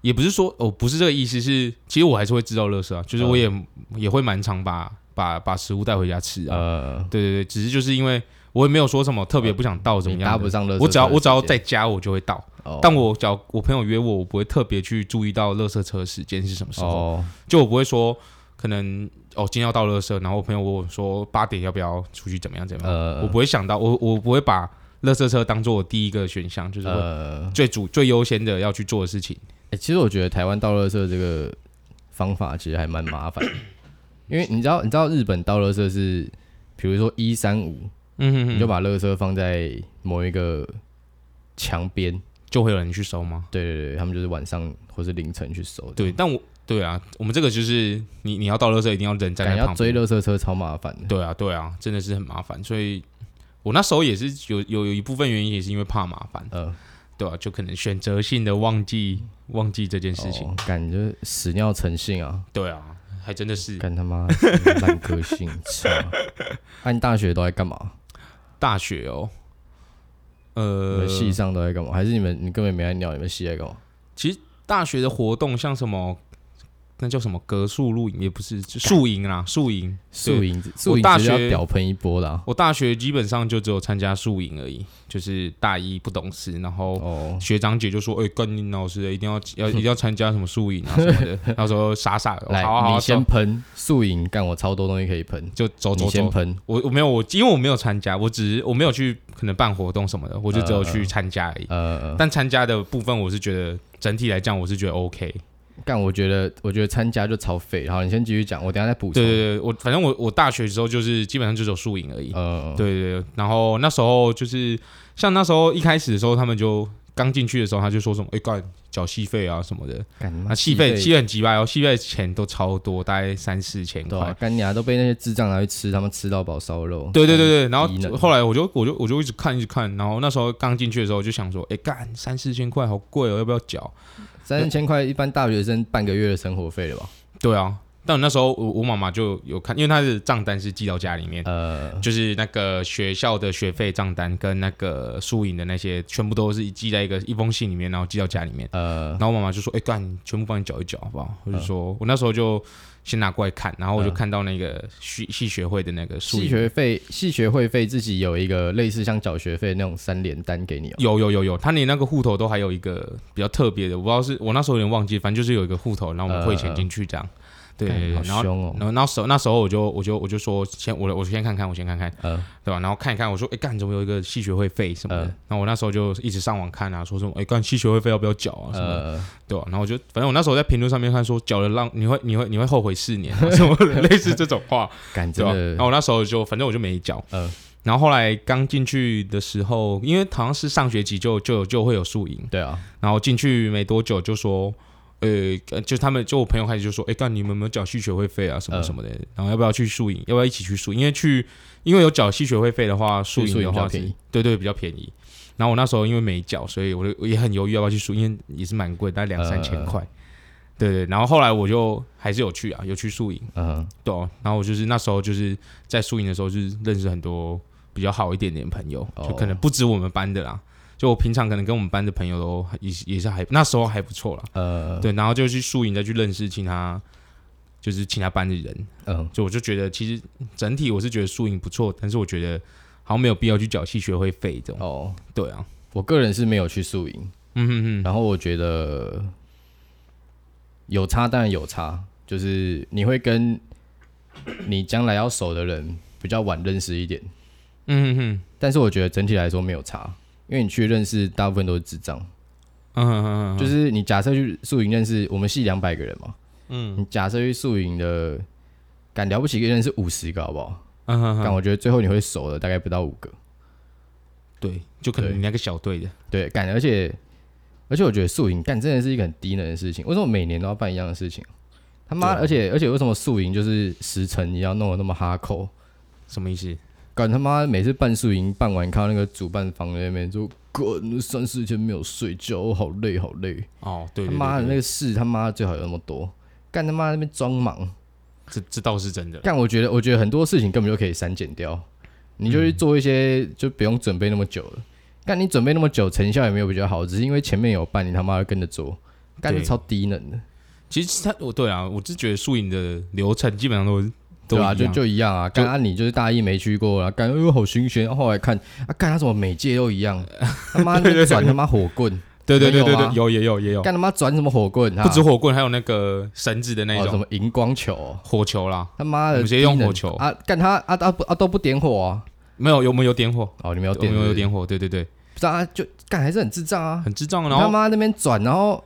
[SPEAKER 2] 也不是说哦，不是这个意思，是其实我还是会制造垃圾啊，就是我也、
[SPEAKER 1] 嗯
[SPEAKER 2] 也会蛮常把把把食物带回家吃啊。
[SPEAKER 1] 呃，
[SPEAKER 2] 对对对，只是就是因为我也没有说什么特别不想倒怎
[SPEAKER 1] 嗯
[SPEAKER 2] 么
[SPEAKER 1] 你
[SPEAKER 2] 样的
[SPEAKER 1] 搭不上垃圾车的时间，
[SPEAKER 2] 我只要我只要在家我就会倒，
[SPEAKER 1] 哦，
[SPEAKER 2] 但我只要我朋友约我，我不会特别去注意到垃圾车时间是什么时候，
[SPEAKER 1] 哦，
[SPEAKER 2] 就我不会说可能哦今天要倒垃圾，然后我朋友问我说八点要不要出去怎么样怎么样，
[SPEAKER 1] 呃，
[SPEAKER 2] 我不会想到我我不会把垃圾车当做我第一个选项，就是我
[SPEAKER 1] 呃，
[SPEAKER 2] 最主、最优先的要去做的事情。
[SPEAKER 1] 欸，其实我觉得台湾倒垃圾这个方法其实还蛮麻烦的，因为你知道，你知道日本倒垃圾是，比如说一三五，
[SPEAKER 2] 嗯哼哼，
[SPEAKER 1] 你就把垃圾放在某一个墙边，
[SPEAKER 2] 就会有人去收吗？
[SPEAKER 1] 对对对，他们就是晚上或是凌晨去收的。
[SPEAKER 2] 对，但我对啊，我们这个就是你你要到垃圾一定要人站
[SPEAKER 1] 感
[SPEAKER 2] 在
[SPEAKER 1] 觉要
[SPEAKER 2] 旁
[SPEAKER 1] 追
[SPEAKER 2] 边。
[SPEAKER 1] 垃圾车超麻烦的。
[SPEAKER 2] 对啊，对啊，真的是很麻烦。所以我那时候也是有有有一部分原因也是因为怕麻烦，
[SPEAKER 1] 呃，
[SPEAKER 2] 对啊，就可能选择性的忘记忘记这件事情。
[SPEAKER 1] 哦感觉屎尿成性啊，
[SPEAKER 2] 对啊，还真的是
[SPEAKER 1] 干他妈烂 啊个性，操！那、你大学都在干嘛？
[SPEAKER 2] 大学哦。
[SPEAKER 1] 你
[SPEAKER 2] 呃
[SPEAKER 1] 们，系上都在干嘛？还是你们你根本没来鸟？你们系在干嘛？
[SPEAKER 2] 其实大学的活动像什么，那叫什么格数露营也不是，就宿营啦，宿营。
[SPEAKER 1] 宿营，宿营
[SPEAKER 2] 大
[SPEAKER 1] 其实要
[SPEAKER 2] 学
[SPEAKER 1] 屌喷一波的啊。
[SPEAKER 2] 我大学基本上就只有参加宿营而已，就是大一不懂事，然后
[SPEAKER 1] 哦，
[SPEAKER 2] 学长姐就说：“哎、干你老师一定要 要一定要参加什么宿营啊什么的。”那时候傻傻的，
[SPEAKER 1] 来，
[SPEAKER 2] 好啊好啊
[SPEAKER 1] 你先
[SPEAKER 2] 走
[SPEAKER 1] 喷宿营，干我超多东西可以喷，
[SPEAKER 2] 就走
[SPEAKER 1] 你
[SPEAKER 2] 走
[SPEAKER 1] 先
[SPEAKER 2] 走。
[SPEAKER 1] 喷。
[SPEAKER 2] 我我没有我因为我没有参加，我只是我没有去可能办活动什么的，我就只有去参加而已。
[SPEAKER 1] 呃，
[SPEAKER 2] 但参加的部分，我是觉得整体来讲，我是觉得 OK。
[SPEAKER 1] 干，我觉得我觉得参加就超废。好，你先继续讲，我等一下再补充。
[SPEAKER 2] 对对对，我反正我我大学的时候就是基本上就只有宿营而已。
[SPEAKER 1] 呃，
[SPEAKER 2] 对对对，然后那时候就是像那时候一开始的时候，他们就刚进去的时候，他就说什么哎干缴戏费啊什么的，
[SPEAKER 1] 干你妈
[SPEAKER 2] 那戏费戏费很鸡巴哦，戏费钱都超多，大概三四千
[SPEAKER 1] 对啊，
[SPEAKER 2] 块。
[SPEAKER 1] 干娘都被那些智障拿去吃，他们吃到饱烧肉。
[SPEAKER 2] 对对对对，
[SPEAKER 1] 低
[SPEAKER 2] 然后
[SPEAKER 1] 能
[SPEAKER 2] 后来我就我就我就一直看一直看，然后那时候刚进去的时候就想说，哎干三四千块好贵哦，要不要缴？
[SPEAKER 1] 三千块一般大学生半个月的生活费了吧？
[SPEAKER 2] 对啊，但我那时候我我妈妈就有看，因为她的账单是寄到家里面，
[SPEAKER 1] 呃，
[SPEAKER 2] 就是那个学校的学费账单跟那个宿营的那些，全部都是寄在一个一封信里面，然后寄到家里面。
[SPEAKER 1] 呃
[SPEAKER 2] 然后我妈妈就说：“哎、干，全部帮你缴一缴，好不好？”我就说，我那时候就先拿过来看，然后我就看到那个系系学会的那个宿
[SPEAKER 1] 系呃
[SPEAKER 2] 营，
[SPEAKER 1] 学费、系学会费自己有一个类似像缴学费那种三连单给你哦。
[SPEAKER 2] 有有有有，他连那个户头都还有一个比较特别的，我不知道是我那时候有点忘记，反正就是有一个户头，然后我们汇钱进去这样。对对对，
[SPEAKER 1] 呃干好
[SPEAKER 2] 对然后
[SPEAKER 1] 凶哦
[SPEAKER 2] 然。后那时候那时候我就我就我就说先我我先看看我先看看，
[SPEAKER 1] 呃，
[SPEAKER 2] 对吧？然后看一看，我说，哎，干，怎么有一个系学会费什么的？
[SPEAKER 1] 嗯
[SPEAKER 2] 然后我那时候就一直上网看啊，说什么，哎，干系学会费要不要缴啊什么的，
[SPEAKER 1] 呃，
[SPEAKER 2] 对吧？然后我就，反正我那时候在评论上面看说，缴了让你会你会你会后悔四年啊什 么的，类似这种话，
[SPEAKER 1] 感
[SPEAKER 2] 对啊
[SPEAKER 1] 真
[SPEAKER 2] 吧？
[SPEAKER 1] 的
[SPEAKER 2] 然后我那时候就，反正我就没缴。
[SPEAKER 1] 嗯
[SPEAKER 2] 然后后来刚进去的时候，因为好像是上学期就就就会有宿营，
[SPEAKER 1] 对啊，
[SPEAKER 2] 然后进去没多久就说，呃，就他们就我朋友开始就说，哎、干你们有没有缴系学会费啊，什么
[SPEAKER 1] 嗯
[SPEAKER 2] 什么的，然后要不要去宿营，要不要一起去宿营？因为去因为有缴系学会费的话，宿营
[SPEAKER 1] 宿营
[SPEAKER 2] 的
[SPEAKER 1] 比较
[SPEAKER 2] 话是
[SPEAKER 1] 便宜
[SPEAKER 2] 对对比较便宜。然后我那时候因为没缴，所以我就我也很犹豫要不要去宿，因为也是蛮贵，大概两三千
[SPEAKER 1] 呃
[SPEAKER 2] 块。对对，然后后来我就还是有去啊，有去宿营，
[SPEAKER 1] 嗯，
[SPEAKER 2] 对、哦。然后我就是那时候就是在宿营的时候，就是认识很多比较好一点点的朋友，
[SPEAKER 1] 哦
[SPEAKER 2] 就可能不止我们班的啦。就我平常可能跟我们班的朋友都也是也是还那时候还不错啦，
[SPEAKER 1] 呃，
[SPEAKER 2] 对，然后就去宿营再去认识其他就是其他班的人，
[SPEAKER 1] 嗯，
[SPEAKER 2] 就我就觉得其实整体我是觉得宿营不错，但是我觉得好像没有必要去缴系学会费这种，
[SPEAKER 1] 哦，
[SPEAKER 2] 对啊，
[SPEAKER 1] 我个人是没有去宿营，
[SPEAKER 2] 嗯哼哼，
[SPEAKER 1] 然后我觉得有差，当然有差，就是你会跟你将来要熟的人比较晚认识一点，
[SPEAKER 2] 嗯哼哼，
[SPEAKER 1] 但是我觉得整体来说没有差，因为你去认识大部分都是智障。
[SPEAKER 2] 嗯哼哼，
[SPEAKER 1] 就是是你假设去宿营认识，我们系两百个人嘛，嗯，你假设去宿营的，敢了不起一个人是五十个好不好？
[SPEAKER 2] 嗯哼
[SPEAKER 1] 但、
[SPEAKER 2] 哼，
[SPEAKER 1] 我觉得最后你会熟的大概不到五个，
[SPEAKER 2] 对，就可能你那个小队的，
[SPEAKER 1] 对，敢而且而且我觉得宿营干真的是一个很低能的事情，为什么每年都要办一样的事情？他妈，
[SPEAKER 2] 对啊
[SPEAKER 1] 而且而且为什么宿营就是时辰你要弄得那么哈扣？
[SPEAKER 2] 什么意思？
[SPEAKER 1] 干他妈每次办宿营办完，看到那个主办方在那边说，滚三四天没有睡觉，我好累好累。
[SPEAKER 2] 哦，对
[SPEAKER 1] 他
[SPEAKER 2] 对
[SPEAKER 1] 妈的
[SPEAKER 2] 对
[SPEAKER 1] 那
[SPEAKER 2] 对，
[SPEAKER 1] 个事他妈最好有那么多，干他妈那边装忙。
[SPEAKER 2] 这这倒是真的啦，
[SPEAKER 1] 但我觉得，我觉得很多事情根本就可以删减掉，你就去做一些就不用准备那么久了。但你准备那么久，成效也没有比较好，只是因为前面有办，你他妈跟着做，干
[SPEAKER 2] 对
[SPEAKER 1] 是超低能的，
[SPEAKER 2] 其实他我对啊，我是觉得宿营的流程基本上都
[SPEAKER 1] 对
[SPEAKER 2] 都一
[SPEAKER 1] 吧、啊？
[SPEAKER 2] 样，
[SPEAKER 1] 就就一样啊，干按你就是大一没去过啊，干哎呦好新鲜，后来看啊，干他怎么每届都一 样，他妈那边转他妈火棍，
[SPEAKER 2] 对对对对
[SPEAKER 1] 没有
[SPEAKER 2] 对
[SPEAKER 1] 啊，
[SPEAKER 2] 有也有也有，
[SPEAKER 1] 干他妈转什么火棍？
[SPEAKER 2] 不止
[SPEAKER 1] 啊
[SPEAKER 2] 火棍，还有那个绳子的那
[SPEAKER 1] 哦什
[SPEAKER 2] 种
[SPEAKER 1] 么荧光球哦、
[SPEAKER 2] 火球啦，
[SPEAKER 1] 他妈的
[SPEAKER 2] 我们直接用
[SPEAKER 1] 低能
[SPEAKER 2] 火球
[SPEAKER 1] 啊！干他啊啊不啊都不点火啊！
[SPEAKER 2] 没有有没有点火？
[SPEAKER 1] 哦，你们有
[SPEAKER 2] 我
[SPEAKER 1] 点
[SPEAKER 2] 们有
[SPEAKER 1] 是不是
[SPEAKER 2] 有点火，对对对，
[SPEAKER 1] 不知道啊，就干还是很智障啊！
[SPEAKER 2] 很智障。
[SPEAKER 1] 你
[SPEAKER 2] 然
[SPEAKER 1] 他
[SPEAKER 2] 后
[SPEAKER 1] 妈那边转，然后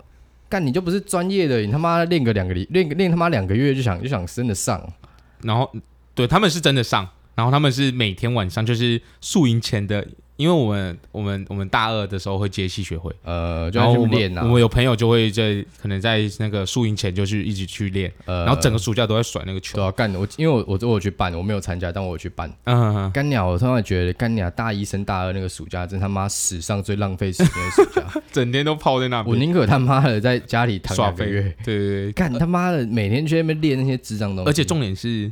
[SPEAKER 1] 干你就不是专业的，你他妈练个两个礼，练个练他妈两个月就想就想升得上，
[SPEAKER 2] 然后对他们是真的上，然后他们是每天晚上就是宿营前的，因为我们我们我们大二的时候会接戏学会，
[SPEAKER 1] 呃，就
[SPEAKER 2] 然
[SPEAKER 1] 要
[SPEAKER 2] 后
[SPEAKER 1] 去
[SPEAKER 2] 我们
[SPEAKER 1] 练啊
[SPEAKER 2] 我。们有朋友就会在可能在那个宿营前就去一直去练，
[SPEAKER 1] 呃，
[SPEAKER 2] 然后整个暑假都在甩那个球
[SPEAKER 1] 对。啊，干我因为我我我有去办，我没有参加，但我有去办。
[SPEAKER 2] 嗯嗯，嗯
[SPEAKER 1] 干鸟，我突然觉得干鸟大一升大二那个暑假，真他妈史上最浪费时间的暑 假。
[SPEAKER 2] 整天都泡在那
[SPEAKER 1] 我
[SPEAKER 2] 边
[SPEAKER 1] 宁可他妈的在家里躺
[SPEAKER 2] 耍
[SPEAKER 1] 两个
[SPEAKER 2] 飞
[SPEAKER 1] 月，，
[SPEAKER 2] 对对对，
[SPEAKER 1] 嗯干他妈的每天去那边练那些智障东西，
[SPEAKER 2] 而且重点是，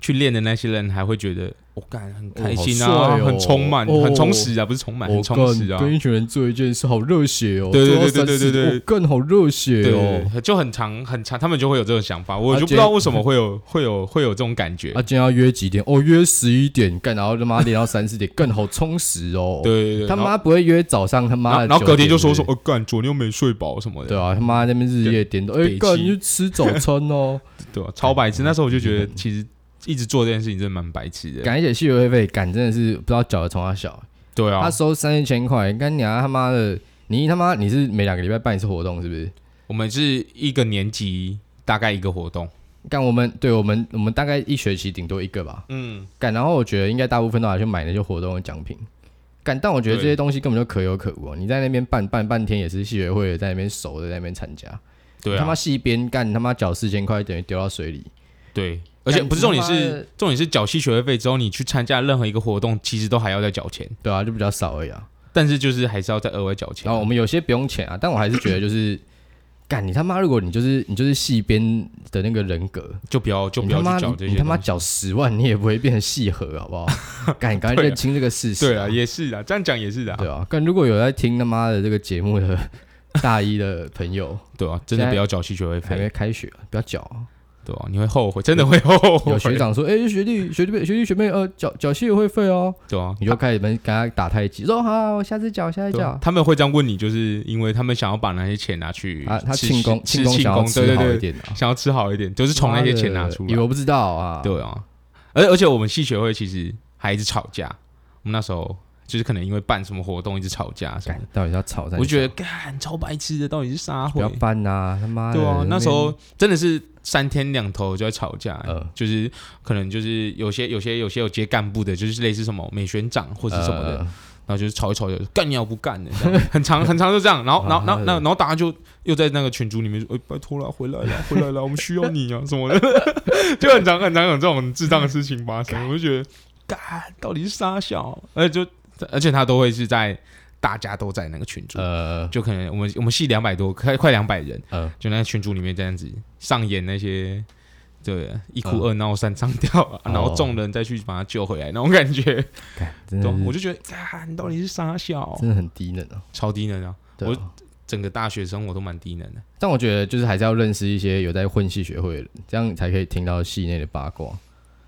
[SPEAKER 2] 去练的那些人还会觉得我干、很开心
[SPEAKER 1] 哦好
[SPEAKER 2] 啊，
[SPEAKER 1] 帅哦
[SPEAKER 2] 很充满、
[SPEAKER 1] 哦
[SPEAKER 2] 很充实啊，不是充满，
[SPEAKER 1] 我
[SPEAKER 2] 很充实
[SPEAKER 1] 更
[SPEAKER 2] 啊，
[SPEAKER 1] 跟一群人做一件事，好热血哦！
[SPEAKER 2] 对对
[SPEAKER 1] 做到
[SPEAKER 2] 对对对
[SPEAKER 1] 30
[SPEAKER 2] 对对
[SPEAKER 1] 哦更好热血
[SPEAKER 2] 对
[SPEAKER 1] 哦！
[SPEAKER 2] 对，就很长很长，他们就会有这种想法，我
[SPEAKER 1] 啊
[SPEAKER 2] 就不
[SPEAKER 1] 结
[SPEAKER 2] 知道为什么会有会有会有这种感觉
[SPEAKER 1] 啊，。今天要约几点？哦，约十一点，干，然后他妈练到三四 点，更好充实哦。，
[SPEAKER 2] 对对对，
[SPEAKER 1] 他
[SPEAKER 2] 然后
[SPEAKER 1] 妈不会约早上他
[SPEAKER 2] 然
[SPEAKER 1] 妈
[SPEAKER 2] 后
[SPEAKER 1] 的
[SPEAKER 2] 然后隔天就
[SPEAKER 1] 9
[SPEAKER 2] 说
[SPEAKER 1] 点
[SPEAKER 2] 说，我干，昨天又没睡饱什么
[SPEAKER 1] 对
[SPEAKER 2] 的，
[SPEAKER 1] 啊，他妈在那边日夜颠倒，哎
[SPEAKER 2] 北，
[SPEAKER 1] 干
[SPEAKER 2] 七
[SPEAKER 1] 你去吃早餐 哦，
[SPEAKER 2] 对吧？啊超白
[SPEAKER 1] 嗯
[SPEAKER 2] 痴。那时候我就觉得，其实一直做这件事情真的蛮白痴的。
[SPEAKER 1] 感谢戏学费，干真的是不知道缴的从哪小，
[SPEAKER 2] 对啊
[SPEAKER 1] 他，收三四千块，干你啊他妈的，你他妈你是每两个礼拜办一次活动是不是？
[SPEAKER 2] 我们是一个年级大概一个活动，
[SPEAKER 1] 干我们对我们我们大概一学期顶多一个吧，
[SPEAKER 2] 嗯，
[SPEAKER 1] 干，然后我觉得应该大部分都还去买那些活动的奖品。干，但我觉得这些东西根本就可有可无、哦。你在那边办办半天，也是系学会的在那边熟的在那边参加，
[SPEAKER 2] 对
[SPEAKER 1] 他
[SPEAKER 2] 啊
[SPEAKER 1] 妈，系边干，他妈缴四千块等于丢到水里。
[SPEAKER 2] 对。而且不是重点
[SPEAKER 1] 干你妈
[SPEAKER 2] 是
[SPEAKER 1] 的
[SPEAKER 2] 重点是缴系学会费之后，你去参加任何一个活动，其实都还要再缴钱，
[SPEAKER 1] 对啊，就比较少而已啊。
[SPEAKER 2] 但是就是还是要再额外缴钱
[SPEAKER 1] 然。后我们有些不用钱啊，但我还是觉得就是，干你他妈！如果你就是你就是系边的那个人格，
[SPEAKER 2] 就不要就不
[SPEAKER 1] 你
[SPEAKER 2] 要
[SPEAKER 1] 他
[SPEAKER 2] 去
[SPEAKER 1] 妈
[SPEAKER 2] 缴
[SPEAKER 1] 你
[SPEAKER 2] 这
[SPEAKER 1] 你
[SPEAKER 2] 些
[SPEAKER 1] 他妈
[SPEAKER 2] 东西。
[SPEAKER 1] 缴十万，你也不会变成系核，好不 好？干，你赶快
[SPEAKER 2] 对啊
[SPEAKER 1] 认清这个事实。
[SPEAKER 2] 对啊，也是啊，这样讲也是啊
[SPEAKER 1] 对，啊。干，如果有在听他妈的这个节目 的大一的朋友，
[SPEAKER 2] 对啊，真的
[SPEAKER 1] 现在
[SPEAKER 2] 不要缴系学会
[SPEAKER 1] 还
[SPEAKER 2] 费
[SPEAKER 1] 没，开学，不要缴啊。
[SPEAKER 2] 对啊，你会后悔，真 的会后悔。
[SPEAKER 1] 有学长说：“哎、学弟、学弟妹、学弟学妹，呃，缴缴系会费哦。
[SPEAKER 2] 对啊”，
[SPEAKER 1] 你就开始跟跟他打太极，说：“好，我下次缴，下次
[SPEAKER 2] 对
[SPEAKER 1] 缴
[SPEAKER 2] 啊。他们会这样问你，就是因为他们想要把那些钱拿去”
[SPEAKER 1] 啊，他
[SPEAKER 2] 吃
[SPEAKER 1] 庆功
[SPEAKER 2] 吃
[SPEAKER 1] 庆功想要吃
[SPEAKER 2] 对
[SPEAKER 1] 好
[SPEAKER 2] 对
[SPEAKER 1] 一
[SPEAKER 2] 对，
[SPEAKER 1] 点啊，
[SPEAKER 2] 想要吃好一点，就是从那些钱拿出
[SPEAKER 1] 以为
[SPEAKER 2] 来。
[SPEAKER 1] 我不知道啊。
[SPEAKER 2] 对啊，而而且我们系学会其实还一直吵架，我们那时候就是可能因为办什么活动一直吵架什么
[SPEAKER 1] 干
[SPEAKER 2] 的，
[SPEAKER 1] 到底要吵啥？
[SPEAKER 2] 我就觉得干超白痴的，到底是啥
[SPEAKER 1] 不
[SPEAKER 2] 回
[SPEAKER 1] 要？办呐、他妈的！
[SPEAKER 2] 对啊，
[SPEAKER 1] 边
[SPEAKER 2] 那时候哎真的是三天两头就在吵架，
[SPEAKER 1] 呃
[SPEAKER 2] 就是可能就是有些有些有些有接干部的，就是类似什么美宣长或者什么的，
[SPEAKER 1] 呃
[SPEAKER 2] 然后就是吵一吵就干你要不干的，这样 很长很长就这样，然后然后然后然后然后大家就又在那个群组里面说，哎、拜托啦，回来啦，回来啦，我们需要你啊什么的，就很常很常有这种智障的事情发生，我就觉得干到底是傻小，而且就而且他都会是在大家都在那个群组，
[SPEAKER 1] 呃
[SPEAKER 2] 就可能我们我们系两百多，快快两百人。
[SPEAKER 1] 呃，
[SPEAKER 2] 就那个群主里面这样子上演那些，对，一哭二闹三上吊、啊，
[SPEAKER 1] 嗯哦
[SPEAKER 2] 然后众人再去把他救回来那种感觉，
[SPEAKER 1] 干真
[SPEAKER 2] 对
[SPEAKER 1] 的
[SPEAKER 2] 啊，我
[SPEAKER 1] 是
[SPEAKER 2] 就觉得，啊，你到底是傻小，
[SPEAKER 1] 真的很低能啊。
[SPEAKER 2] 超低能啊！
[SPEAKER 1] 对啊
[SPEAKER 2] 整个大学生活都蛮低能的，
[SPEAKER 1] 但我觉得就是还是要认识一些有在混系学会的人，这样你才可以听到系内的八卦。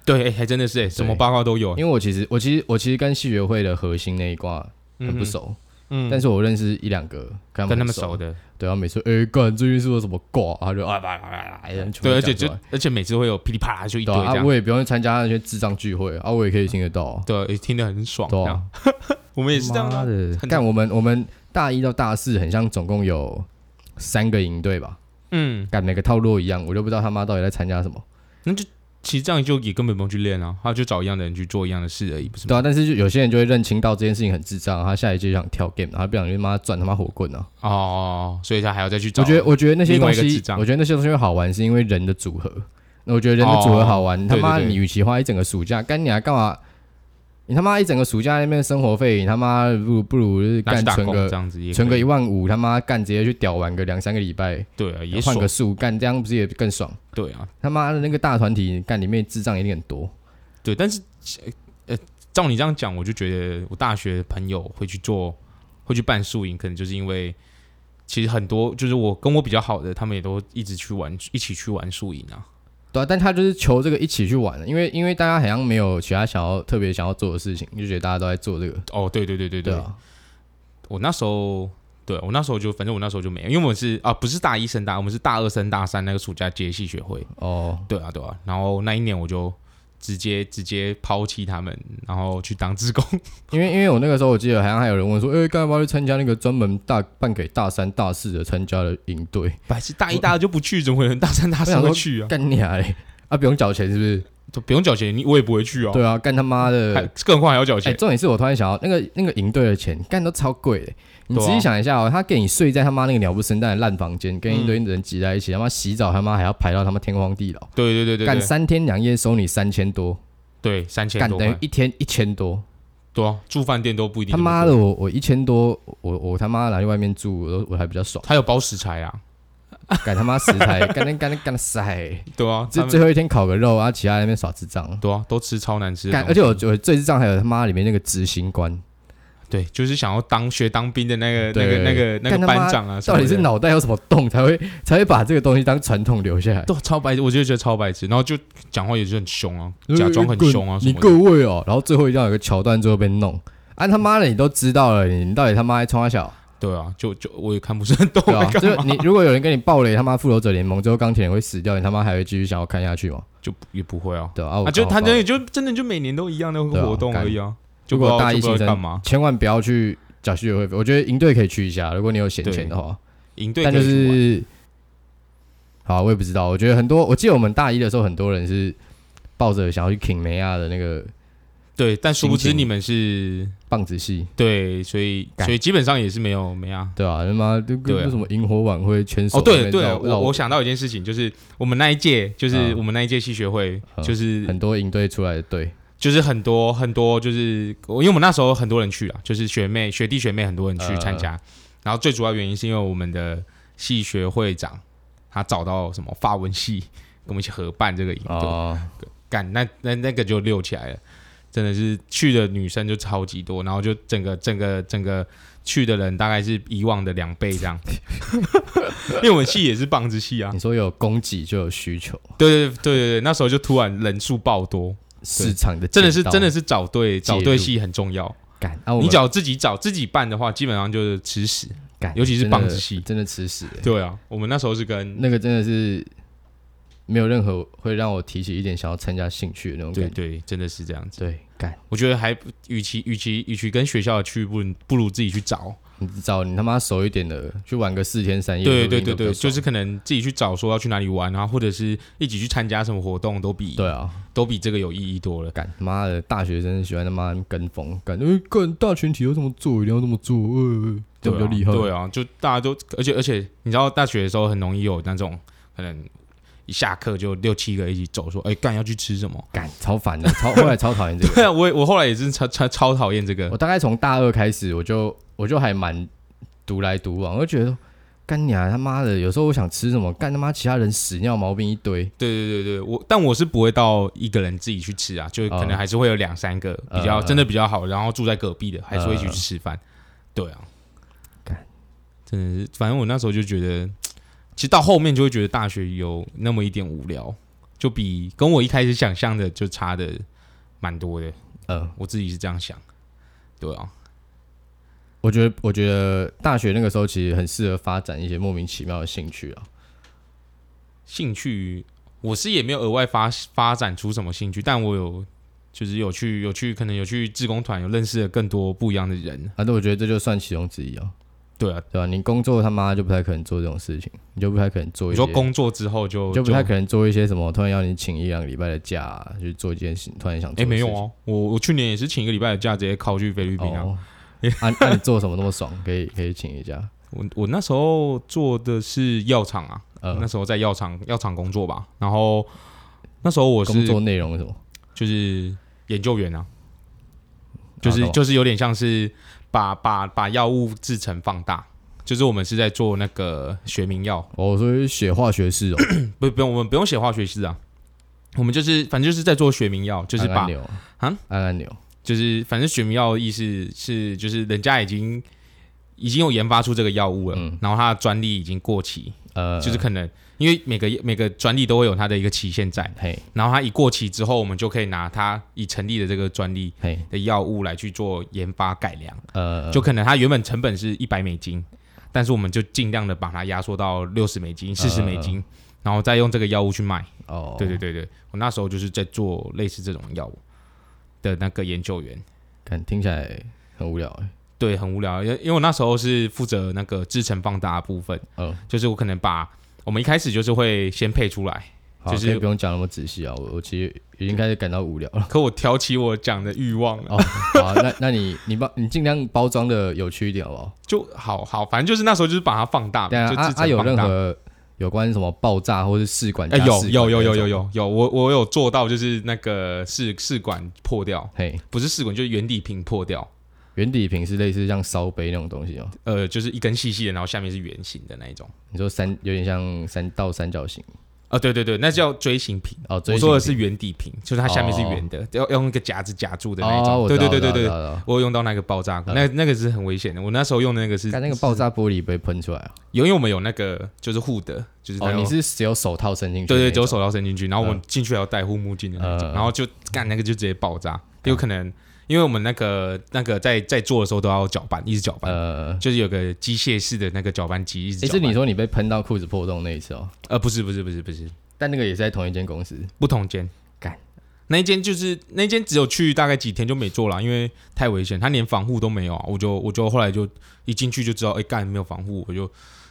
[SPEAKER 2] 对，哎还真的是，哎什么八卦都有
[SPEAKER 1] 因，为我其实我其实我其实跟系学会的核心那一挂很不熟，
[SPEAKER 2] 嗯，
[SPEAKER 1] 但
[SPEAKER 2] 嗯，
[SPEAKER 1] 是我认识一两个跟他们
[SPEAKER 2] 跟他
[SPEAKER 1] 很
[SPEAKER 2] 们
[SPEAKER 1] 熟
[SPEAKER 2] 熟，的，
[SPEAKER 1] 对啊，每次哎干最近是不是有什么挂，他就啊吧吧吧吧，全部
[SPEAKER 2] 对，而且
[SPEAKER 1] 讲出
[SPEAKER 2] 就
[SPEAKER 1] 来
[SPEAKER 2] 而且每次会有噼里啪啦就一堆
[SPEAKER 1] 对啊
[SPEAKER 2] 这
[SPEAKER 1] 啊，
[SPEAKER 2] 样
[SPEAKER 1] 我，也不用参加那些智障聚会啊，我也可以听得到啊，
[SPEAKER 2] 对啊，也听得很爽，
[SPEAKER 1] 对
[SPEAKER 2] 这
[SPEAKER 1] 啊
[SPEAKER 2] 样，我们也是这样
[SPEAKER 1] 妈
[SPEAKER 2] 啊，
[SPEAKER 1] 的，
[SPEAKER 2] 很
[SPEAKER 1] 干我们我们大一到大四很像总共有三个营队吧，
[SPEAKER 2] 嗯，
[SPEAKER 1] 干每个套路一样，我就不知道他妈到底在参加什么。
[SPEAKER 2] 那就其实这样就也根本不用去练啊，他就找一样的人去做一样的事而已，不是吗？
[SPEAKER 1] 对啊，但是就有些人就会认清到这件事情很智障，他下一届就想跳 game，他不想去妈转他妈火棍啊。
[SPEAKER 2] 哦，所以他还要再去找，
[SPEAKER 1] 我觉得我觉得那些
[SPEAKER 2] 另外
[SPEAKER 1] 东
[SPEAKER 2] 一个
[SPEAKER 1] 西
[SPEAKER 2] 智，障
[SPEAKER 1] 我觉得那些东西会好玩是因为人的组合。那我觉得人的组合好玩，
[SPEAKER 2] 哦
[SPEAKER 1] 他妈
[SPEAKER 2] 对对对
[SPEAKER 1] 你与其花一整个暑假，干你啊还干嘛？你他妈一整个暑假那边生活费，你他妈不如不如就是
[SPEAKER 2] 拿去
[SPEAKER 1] 干
[SPEAKER 2] 打
[SPEAKER 1] 存
[SPEAKER 2] 工这
[SPEAKER 1] 个
[SPEAKER 2] 样子也可以，
[SPEAKER 1] 存个一万五，他妈干直接去屌玩个两三个礼拜，
[SPEAKER 2] 对啊，也
[SPEAKER 1] 换
[SPEAKER 2] 爽
[SPEAKER 1] 个数干，这样不是也更爽？
[SPEAKER 2] 对啊，
[SPEAKER 1] 他妈的那个大团体干里面智障一定很多，
[SPEAKER 2] 对，但是呃，呃照你这样讲，我就觉得我大学朋友会去做，会去办宿营，可能就是因为其实很多就是我跟我比较好的，他们也都一直去玩，一起去玩宿营啊。
[SPEAKER 1] 对啊，但他就是求这个一起去玩，因为因为大家好像没有其他想要特别想要做的事情，就觉得大家都在做这个，
[SPEAKER 2] 哦，对对对对
[SPEAKER 1] 对
[SPEAKER 2] 对，
[SPEAKER 1] 啊，
[SPEAKER 2] 我那时候。对我那时候就，反正我那时候就没有，因为我们是啊，不是大一升大，我们是大二升大三那个暑假接系学会。
[SPEAKER 1] 哦，
[SPEAKER 2] 对啊，对啊。然后那一年我就直接直接抛弃他们，然后去当志工。
[SPEAKER 1] 因为因为我那个时候我记得好像还有人问说，哎、干嘛去参加那个专门大办给大三、大四的参加的营队？
[SPEAKER 2] 白痴，大一、大二就不去，怎么可能大三、大四
[SPEAKER 1] 我想
[SPEAKER 2] 会
[SPEAKER 1] 说
[SPEAKER 2] 去啊？
[SPEAKER 1] 干你啊嘞！啊，不用缴钱是不是？
[SPEAKER 2] 就不用缴钱，你我也不会去哦。
[SPEAKER 1] 对啊，干他妈的！
[SPEAKER 2] 还更何况还要缴
[SPEAKER 1] 哎、
[SPEAKER 2] 钱。
[SPEAKER 1] 重点是我突然想到，那个那个营队的钱干都超贵的。你
[SPEAKER 2] 对啊
[SPEAKER 1] 仔细想一下哦，他给你睡在他妈那个鸟不生蛋的烂房间，跟
[SPEAKER 2] 嗯
[SPEAKER 1] 一堆人挤在一起，他妈洗澡他妈还要排到他妈天荒地老，
[SPEAKER 2] 对对对对
[SPEAKER 1] 干
[SPEAKER 2] 对，
[SPEAKER 1] 三天两夜收你三千多，
[SPEAKER 2] 对三千
[SPEAKER 1] 干
[SPEAKER 2] 多
[SPEAKER 1] 等于
[SPEAKER 2] 块，
[SPEAKER 1] 一天一千多，
[SPEAKER 2] 对啊，住饭店都不一定。
[SPEAKER 1] 他妈的，我我一千多，我我他妈拿去外面住，我都我还比较爽。
[SPEAKER 2] 他有包食材啊，
[SPEAKER 1] 改他妈食材，干干干干塞，
[SPEAKER 2] 对啊，
[SPEAKER 1] 这
[SPEAKER 2] 他们
[SPEAKER 1] 最后一天烤个肉，然后啊其他人在那边耍智障。
[SPEAKER 2] 对啊，都吃超难吃的
[SPEAKER 1] 干，
[SPEAKER 2] 东
[SPEAKER 1] 而
[SPEAKER 2] 西，
[SPEAKER 1] 且我我最智障还有他妈里面那个执行官，
[SPEAKER 2] 对，就是想要当学当兵的那个那
[SPEAKER 1] 对
[SPEAKER 2] 个那个那
[SPEAKER 1] 干
[SPEAKER 2] 个
[SPEAKER 1] 他妈
[SPEAKER 2] 班长啊，
[SPEAKER 1] 到底是
[SPEAKER 2] 脑
[SPEAKER 1] 脑袋有什么洞才会才会把这个东西当传统留下来？
[SPEAKER 2] 都超白痴，我就觉得超白痴，然后就讲话也是很凶啊，假装很凶啊什
[SPEAKER 1] 呃你
[SPEAKER 2] 么的，
[SPEAKER 1] 各位哦，然后最后一定要有个桥段，最后被弄。啊他妈的，你都知道了，你你到底他妈还冲他小，
[SPEAKER 2] 对啊，就就 我也看不是很懂
[SPEAKER 1] 对啊吧、
[SPEAKER 2] 在
[SPEAKER 1] 就
[SPEAKER 2] 干
[SPEAKER 1] 是
[SPEAKER 2] 嘛，
[SPEAKER 1] 你如果有人跟你暴雷他妈复仇者联盟之后钢铁人会死掉，你他妈还会继续想要看下去吗？
[SPEAKER 2] 就也不会啊，
[SPEAKER 1] 对吧啊，我
[SPEAKER 2] 啊，就
[SPEAKER 1] 刚好
[SPEAKER 2] 他
[SPEAKER 1] 暴雷
[SPEAKER 2] 真的就真的就每年都一样的
[SPEAKER 1] 对啊
[SPEAKER 2] 活动
[SPEAKER 1] 干
[SPEAKER 2] 而已啊，就
[SPEAKER 1] 如
[SPEAKER 2] 不
[SPEAKER 1] 果
[SPEAKER 2] 知道
[SPEAKER 1] 大一
[SPEAKER 2] 就不
[SPEAKER 1] 新
[SPEAKER 2] 知道
[SPEAKER 1] 生
[SPEAKER 2] 干嘛，
[SPEAKER 1] 千万不要去缴续会费，我觉得营队可以去一下，如果你有闲
[SPEAKER 2] 对
[SPEAKER 1] 钱的话。
[SPEAKER 2] 营队
[SPEAKER 1] 但
[SPEAKER 2] 可
[SPEAKER 1] 就
[SPEAKER 2] 以啊去玩
[SPEAKER 1] 是，好，我也不知道。我觉得很多，我记得我们大一的时候，很多人是抱着想要去 King 梅亚的那个
[SPEAKER 2] 对，但殊不知
[SPEAKER 1] 心情
[SPEAKER 2] 你们是
[SPEAKER 1] 棒子戏，
[SPEAKER 2] 对，所以
[SPEAKER 1] 干
[SPEAKER 2] 所以基本上也是没有没啊。
[SPEAKER 1] 对吧、啊？他妈就跟
[SPEAKER 2] 对啊
[SPEAKER 1] 那什么萤火晚会牵手
[SPEAKER 2] 哦，
[SPEAKER 1] 在
[SPEAKER 2] 对
[SPEAKER 1] 那边
[SPEAKER 2] 对，
[SPEAKER 1] 绕绕
[SPEAKER 2] 我我想到一件事情，就是我们那一届，就是
[SPEAKER 1] 嗯
[SPEAKER 2] 我们那一届系学会，
[SPEAKER 1] 嗯
[SPEAKER 2] 就是
[SPEAKER 1] 很多营队出来的队，
[SPEAKER 2] 就是很多很多，就是我因为我们那时候很多人去啊，就是学妹、学弟、学妹很多人
[SPEAKER 1] 嗯
[SPEAKER 2] 去参加。然后最主要原因是因为我们的系学会长他找到什么法文系跟我们一起合办这个营队，
[SPEAKER 1] 哦，
[SPEAKER 2] 干那那那个就溜起来了，真的是去的女生就超级多，然后就整个整个整个去的人大概是以往的两倍这样， 因为我们系也是棒子系啊
[SPEAKER 1] 你，说有供给就有需求，
[SPEAKER 2] 对对对对对，那时候就突然人数爆多，
[SPEAKER 1] 市场的
[SPEAKER 2] 真的是真的
[SPEAKER 1] 是
[SPEAKER 2] 是找对找对戏很重要。
[SPEAKER 1] 敢啊！我
[SPEAKER 2] 你
[SPEAKER 1] 们
[SPEAKER 2] 只要自己找自己办的话，基本上就是吃屎。
[SPEAKER 1] 干
[SPEAKER 2] 尤其是
[SPEAKER 1] 真的
[SPEAKER 2] 棒子戏
[SPEAKER 1] 真的吃屎欸、
[SPEAKER 2] 对啊，我们那时候是跟
[SPEAKER 1] 那个真的是没有任何会让我提起一点想要参加兴趣的那种
[SPEAKER 2] 对
[SPEAKER 1] 感觉。
[SPEAKER 2] 对，真的是这样子。
[SPEAKER 1] 对，干，
[SPEAKER 2] 我觉得还与其与其与其跟学校去，不如不如自己去找。
[SPEAKER 1] 你找你他妈熟一点的去玩个四天三夜，
[SPEAKER 2] 对
[SPEAKER 1] 说不
[SPEAKER 2] 对
[SPEAKER 1] 定
[SPEAKER 2] 对
[SPEAKER 1] 都
[SPEAKER 2] 对，
[SPEAKER 1] 比较
[SPEAKER 2] 就
[SPEAKER 1] 爽
[SPEAKER 2] 是可能自己去找说要去哪里玩，然啊后或者是一起去参加什么活动，都比
[SPEAKER 1] 对啊，
[SPEAKER 2] 都比这个有意义多了。
[SPEAKER 1] 干妈的大学生喜欢他妈跟风，感觉干大群体要这么做，一定要这么做，呃，这
[SPEAKER 2] 对
[SPEAKER 1] 样比较厉害。
[SPEAKER 2] 啊。对啊，就大家都，而且而且，你知道大学的时候很容易有那种可能一下课就六七个一起走，说哎干要去吃什么？
[SPEAKER 1] 干超烦的，超 后来超讨厌这个。
[SPEAKER 2] 对啊，我也我后来也是超超超讨厌这个
[SPEAKER 1] 我。大概从大二开始，我就我就还蛮独来独往，我就觉得干你啊他妈的，有时候我想吃什么，干他妈其他人屎尿毛病一堆，
[SPEAKER 2] 对对对对，我但我是不会到一个人自己去吃啊，就可能
[SPEAKER 1] 哦呃
[SPEAKER 2] 还是会有两三个比较、真的比较好，然后住在隔壁的，还是会一起去吃饭。对啊，
[SPEAKER 1] 干
[SPEAKER 2] 真的是，反正我那时候就觉得，其实到后面就会觉得大学有那么一点无聊，就比跟我一开始想象的就差的蛮多的。
[SPEAKER 1] 嗯。
[SPEAKER 2] 我自己是这样想，对啊，
[SPEAKER 1] 我觉得，我觉得大学那个时候其实很适合发展一些莫名其妙的兴趣啊。
[SPEAKER 2] 兴趣我是也没有额外发发展出什么兴趣，但我有就是有去有去可能有去志工团，有认识了更多不一样的人，
[SPEAKER 1] 反正我觉得这就算其中之一啊，
[SPEAKER 2] 对啊。
[SPEAKER 1] 对吧、你工作他妈就不太可能做这种事情，你就不太可能做
[SPEAKER 2] 你
[SPEAKER 1] 一些
[SPEAKER 2] 说工作之后就
[SPEAKER 1] 就不太可能做一些什么突然要你请一两个礼拜的假、去做一件事，突然想做
[SPEAKER 2] 哎、
[SPEAKER 1] 的事情。
[SPEAKER 2] 没有哦，我我去年也是请一个礼拜的假，直接靠去菲律宾啊。
[SPEAKER 1] 哦，啊，那、你做什么那么爽？可以可以请一假？
[SPEAKER 2] 我我那时候做的是药厂啊，
[SPEAKER 1] 呃
[SPEAKER 2] 那，时候在药厂药厂工作吧，然后那时候我
[SPEAKER 1] 工
[SPEAKER 2] 是
[SPEAKER 1] 作内容是什么？
[SPEAKER 2] 就是研究员啊，就是、
[SPEAKER 1] 啊懂
[SPEAKER 2] 就是有点像是把把把药物制成放大，就是我们是在做那个学名药，
[SPEAKER 1] 哦，所以写化学式哦，
[SPEAKER 2] 不不用我们不用写化学式啊，我们就是反正就是在做学名药， 就是
[SPEAKER 1] 按按
[SPEAKER 2] 把
[SPEAKER 1] 钮
[SPEAKER 2] 啊，
[SPEAKER 1] 按按钮，
[SPEAKER 2] 就是反正学名药的意思是就是人家已经已经有研发出这个药物了，
[SPEAKER 1] 嗯
[SPEAKER 2] 然后它的专利已经过期，
[SPEAKER 1] 呃，
[SPEAKER 2] 就是可能因为每个每个专利都会有它的一个期限在，
[SPEAKER 1] 嘿
[SPEAKER 2] 然后它一过期之后，我们就可以拿它已成立的这个专利
[SPEAKER 1] 嘿
[SPEAKER 2] 的药物来去做研发改良，
[SPEAKER 1] 呃，
[SPEAKER 2] 就可能它原本成本是一百美金，但是我们就尽量的把它压缩到六十美金、四十美金，然后再用这个药物去卖。
[SPEAKER 1] 呃哦，
[SPEAKER 2] 对对，对对，我那时候就是在做类似这种药物的那个研究员，
[SPEAKER 1] 看听起来很无聊哎，
[SPEAKER 2] 对，很无聊，因为因为我那时候是负责那个制成放大的部分，
[SPEAKER 1] 嗯，
[SPEAKER 2] 就是我可能把我们一开始就是会先配出来，
[SPEAKER 1] 好，
[SPEAKER 2] 就是
[SPEAKER 1] 可以不用讲那么仔细啊，我我其实已经开始感到无聊 了。
[SPEAKER 2] 可我挑起我讲的欲望了，
[SPEAKER 1] 哦，好啊，那那你你包你尽量包装的有趣一点好不好？
[SPEAKER 2] 就好好，反正就是那时候就是把它放大，
[SPEAKER 1] 对啊，
[SPEAKER 2] 就
[SPEAKER 1] 啊
[SPEAKER 2] 制
[SPEAKER 1] 啊，
[SPEAKER 2] 成
[SPEAKER 1] 有
[SPEAKER 2] 放
[SPEAKER 1] 任
[SPEAKER 2] 大。
[SPEAKER 1] 何有关什么爆炸或是试管
[SPEAKER 2] 哎、
[SPEAKER 1] 加试
[SPEAKER 2] 有
[SPEAKER 1] 管
[SPEAKER 2] 有有有有
[SPEAKER 1] 那种，
[SPEAKER 2] 有有，我我有做到，就是那个试试管破掉，
[SPEAKER 1] 嘿，
[SPEAKER 2] 不是试管，就是原地瓶破掉，
[SPEAKER 1] 圆底瓶是类似像烧杯那种东西哦、
[SPEAKER 2] 呃，就是一根细细的，然后下面是圆形的那一种。
[SPEAKER 1] 你说三有点像三倒三角形
[SPEAKER 2] 啊，对对对，那叫锥形瓶。
[SPEAKER 1] 哦，锥
[SPEAKER 2] 我
[SPEAKER 1] 形
[SPEAKER 2] 说的
[SPEAKER 1] 瓶
[SPEAKER 2] 是圆底瓶，就是它下面是圆的，要要用一个夹子夹住的那一
[SPEAKER 1] 哦
[SPEAKER 2] 种。
[SPEAKER 1] 我
[SPEAKER 2] 对
[SPEAKER 1] 知道
[SPEAKER 2] 对对对
[SPEAKER 1] 我知
[SPEAKER 2] 对
[SPEAKER 1] 道，我知道
[SPEAKER 2] 我有用到那个爆炸过，那那个是很危险的。我那时候用那个是
[SPEAKER 1] 看那个爆炸玻璃不会喷出来啊！
[SPEAKER 2] 有，因为我们有那个就是护的，就是它
[SPEAKER 1] 哦，
[SPEAKER 2] 有
[SPEAKER 1] 你是只有手套伸进去那
[SPEAKER 2] 对
[SPEAKER 1] 一种？
[SPEAKER 2] 对，只有手套伸进去，然后我们进去还要戴护目镜的那种，
[SPEAKER 1] 嗯
[SPEAKER 2] 然后就干那个就直接爆炸，有可能因为我们那个那个在在做的时候都要搅拌，一直搅拌，
[SPEAKER 1] 呃，
[SPEAKER 2] 就是有个机械式的那个搅拌机一直
[SPEAKER 1] 诶，
[SPEAKER 2] 搅
[SPEAKER 1] 是你
[SPEAKER 2] 拌。
[SPEAKER 1] 说你被喷到裤子破洞那一次哦？
[SPEAKER 2] 呃，不是不是不是不是，
[SPEAKER 1] 但那个也是在同一间公司，
[SPEAKER 2] 不同间
[SPEAKER 1] 干。
[SPEAKER 2] 那一间就是那一间只有去大概几天就没做了，因为太危险，他连防护都没有啊。我就我就后来就一进去就知道，哎、干没有防护，我就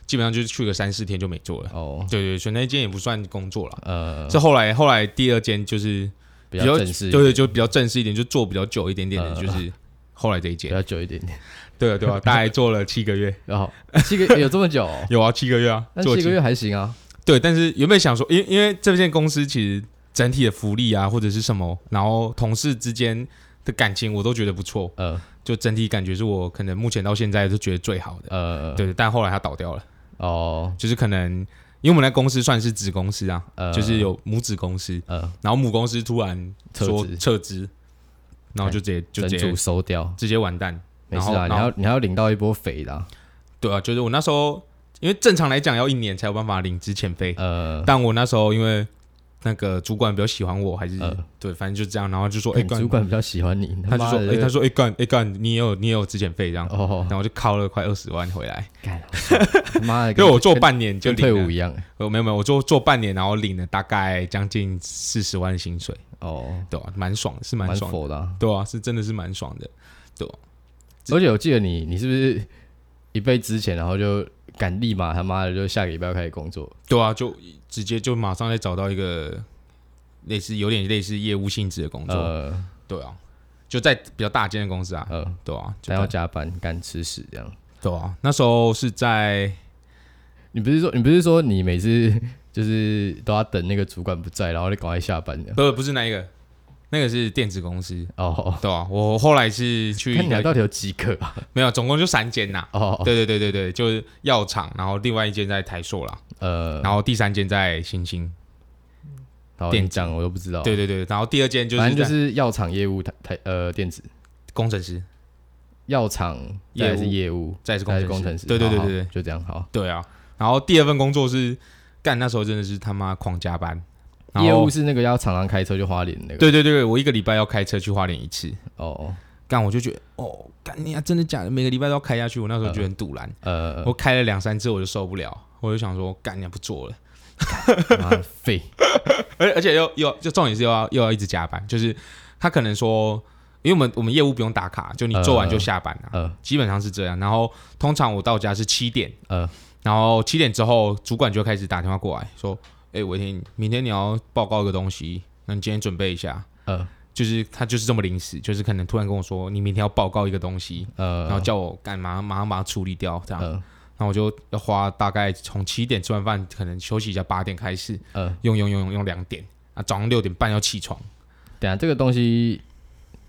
[SPEAKER 2] 基本上就是去个三四天就没做了。
[SPEAKER 1] 哦，
[SPEAKER 2] 对对，所以那一间也不算工作了。
[SPEAKER 1] 呃，
[SPEAKER 2] 这后来后来第二间就是
[SPEAKER 1] 比较正式一点，
[SPEAKER 2] 对对，就比较正式一点，就做比较久一点点的，
[SPEAKER 1] 呃
[SPEAKER 2] 就是后来这一
[SPEAKER 1] 比
[SPEAKER 2] 间，
[SPEAKER 1] 较久一点点。
[SPEAKER 2] 对啊对啊，大概做了七个月，
[SPEAKER 1] 然后七个有这么 久哦？
[SPEAKER 2] 有啊七个月啊，
[SPEAKER 1] 那
[SPEAKER 2] 做
[SPEAKER 1] 七个月还行啊，
[SPEAKER 2] 对，但是原本想说，因为因为这间公司其实整体的福利啊，或者是什么，然后同事之间的感情我都觉得不错，
[SPEAKER 1] 呃
[SPEAKER 2] 就整体感觉是我可能目前到现在都觉得最好的，
[SPEAKER 1] 呃，
[SPEAKER 2] 对，但后来它倒掉了，
[SPEAKER 1] 哦，
[SPEAKER 2] 就是可能。因为我们那公司算是子公司啊，
[SPEAKER 1] 呃
[SPEAKER 2] 就是有母子公司，
[SPEAKER 1] 呃，
[SPEAKER 2] 然后母公司突然
[SPEAKER 1] 撤
[SPEAKER 2] 说
[SPEAKER 1] 资
[SPEAKER 2] 撤资，然后就直接就
[SPEAKER 1] 整
[SPEAKER 2] 直
[SPEAKER 1] 组
[SPEAKER 2] 接
[SPEAKER 1] 收掉，
[SPEAKER 2] 直接完蛋，
[SPEAKER 1] 没事
[SPEAKER 2] 然后
[SPEAKER 1] 啊，你
[SPEAKER 2] 然后
[SPEAKER 1] 要你还要领到一波肥的啊，
[SPEAKER 2] 对啊，就是我那时候，因为正常来讲要一年才有办法领之前费，
[SPEAKER 1] 呃，
[SPEAKER 2] 但我那时候因为那个主管比较喜欢我，还是、
[SPEAKER 1] 呃
[SPEAKER 2] 对，反正就这样，然后就说，哎、
[SPEAKER 1] 你
[SPEAKER 2] 干
[SPEAKER 1] 主，管比较喜欢你，
[SPEAKER 2] 他就
[SPEAKER 1] 妈
[SPEAKER 2] 说，
[SPEAKER 1] 的
[SPEAKER 2] 哎、
[SPEAKER 1] 这个
[SPEAKER 2] 他说，哎、干，哎、干，你也有你也有之前费这样，
[SPEAKER 1] 哦
[SPEAKER 2] 然，后就靠了快二十万回来，
[SPEAKER 1] 干，好 爽他妈的，
[SPEAKER 2] 因
[SPEAKER 1] 跟
[SPEAKER 2] 为我做半年就
[SPEAKER 1] 跟
[SPEAKER 2] 领
[SPEAKER 1] 退
[SPEAKER 2] 了
[SPEAKER 1] 伍，一样，
[SPEAKER 2] 呃没有没有，我做做半年，然后领了大概将近四十万的薪水，
[SPEAKER 1] 哦，
[SPEAKER 2] 对吧、啊蛮爽，是蛮
[SPEAKER 1] 蛮
[SPEAKER 2] 爽的，
[SPEAKER 1] 佛的啊。
[SPEAKER 2] 对啊，是真的是蛮爽的，
[SPEAKER 1] 而且我记得你，你是不是一被之前，然后就敢立马他妈的就下个礼拜要开始工作？
[SPEAKER 2] 对啊，就直接就马上再找到一个类似有点类似业务性质的工作，
[SPEAKER 1] 呃
[SPEAKER 2] 对啊，就在比较大间的公司啊，
[SPEAKER 1] 呃，
[SPEAKER 2] 对啊，就
[SPEAKER 1] 还要
[SPEAKER 2] 在
[SPEAKER 1] 加班，干吃屎这样。
[SPEAKER 2] 对啊，那时候是在
[SPEAKER 1] 你不是说你不是说你每次 就是都要等那个主管不在，然后就赶快下班的？
[SPEAKER 2] 不不是那一个，那个是电子公司，
[SPEAKER 1] 哦，
[SPEAKER 2] 对啊，我后来是去
[SPEAKER 1] 看
[SPEAKER 2] 一
[SPEAKER 1] 你俩
[SPEAKER 2] 个
[SPEAKER 1] 到底有几个啊？
[SPEAKER 2] 没有，总共就三间呐、
[SPEAKER 1] 哦，
[SPEAKER 2] 对对对对对，就是药厂，然后另外一间在台塑啦，
[SPEAKER 1] 呃，
[SPEAKER 2] 然后第三间在星星。
[SPEAKER 1] 然后
[SPEAKER 2] 电
[SPEAKER 1] 你
[SPEAKER 2] 子
[SPEAKER 1] 讲我都不知道。
[SPEAKER 2] 对，对对，然后第二间就是
[SPEAKER 1] 哦反正就
[SPEAKER 2] 在
[SPEAKER 1] 是药厂业务台台呃电子
[SPEAKER 2] 工程师，
[SPEAKER 1] 药厂
[SPEAKER 2] 业务
[SPEAKER 1] 再来是业务，
[SPEAKER 2] 再来是
[SPEAKER 1] 再来是
[SPEAKER 2] 工
[SPEAKER 1] 工
[SPEAKER 2] 程
[SPEAKER 1] 程师。
[SPEAKER 2] 师
[SPEAKER 1] 哦
[SPEAKER 2] 对对对
[SPEAKER 1] 好好
[SPEAKER 2] 对对
[SPEAKER 1] 就这样好。
[SPEAKER 2] 对啊，然后第二份工作是干，那时候真的是他妈狂加班，然后
[SPEAKER 1] 业务是那个要常常开车去花莲那个。
[SPEAKER 2] 对对对，我一个礼拜要开车去花莲一次，
[SPEAKER 1] 哦，
[SPEAKER 2] 干我就觉得哦，干你啊，真的假的？每个礼拜都要开下去，我那时候就很堵然，
[SPEAKER 1] 呃，
[SPEAKER 2] 我开了两三次我就受不了，我就想说干你、啊、不做 了，
[SPEAKER 1] 妈的废。
[SPEAKER 2] 而而且又又就重点是又要又要一直加班，就是他可能说，因为我们我们业务不用打卡，就你做完就下班了、
[SPEAKER 1] 呃
[SPEAKER 2] 基本上是这样。然后通常我到家是七点，
[SPEAKER 1] 呃，
[SPEAKER 2] 然后七点之后主管就开始打电话过来说，哎、伟霆，明天你要报告一个东西，那你今天准备一下。
[SPEAKER 1] 呃
[SPEAKER 2] 就是他就是这么临时，就是可能突然跟我说，你明天要报告一个东西，
[SPEAKER 1] 呃，
[SPEAKER 2] 然后叫我干嘛，马上把它处理掉，这样。
[SPEAKER 1] 呃
[SPEAKER 2] 然后我就要花大概从七点吃完饭，可能休息一下，八点开始
[SPEAKER 1] 呃，
[SPEAKER 2] 用用用用用两点啊，早上六点半要起床，
[SPEAKER 1] 等一下这个东西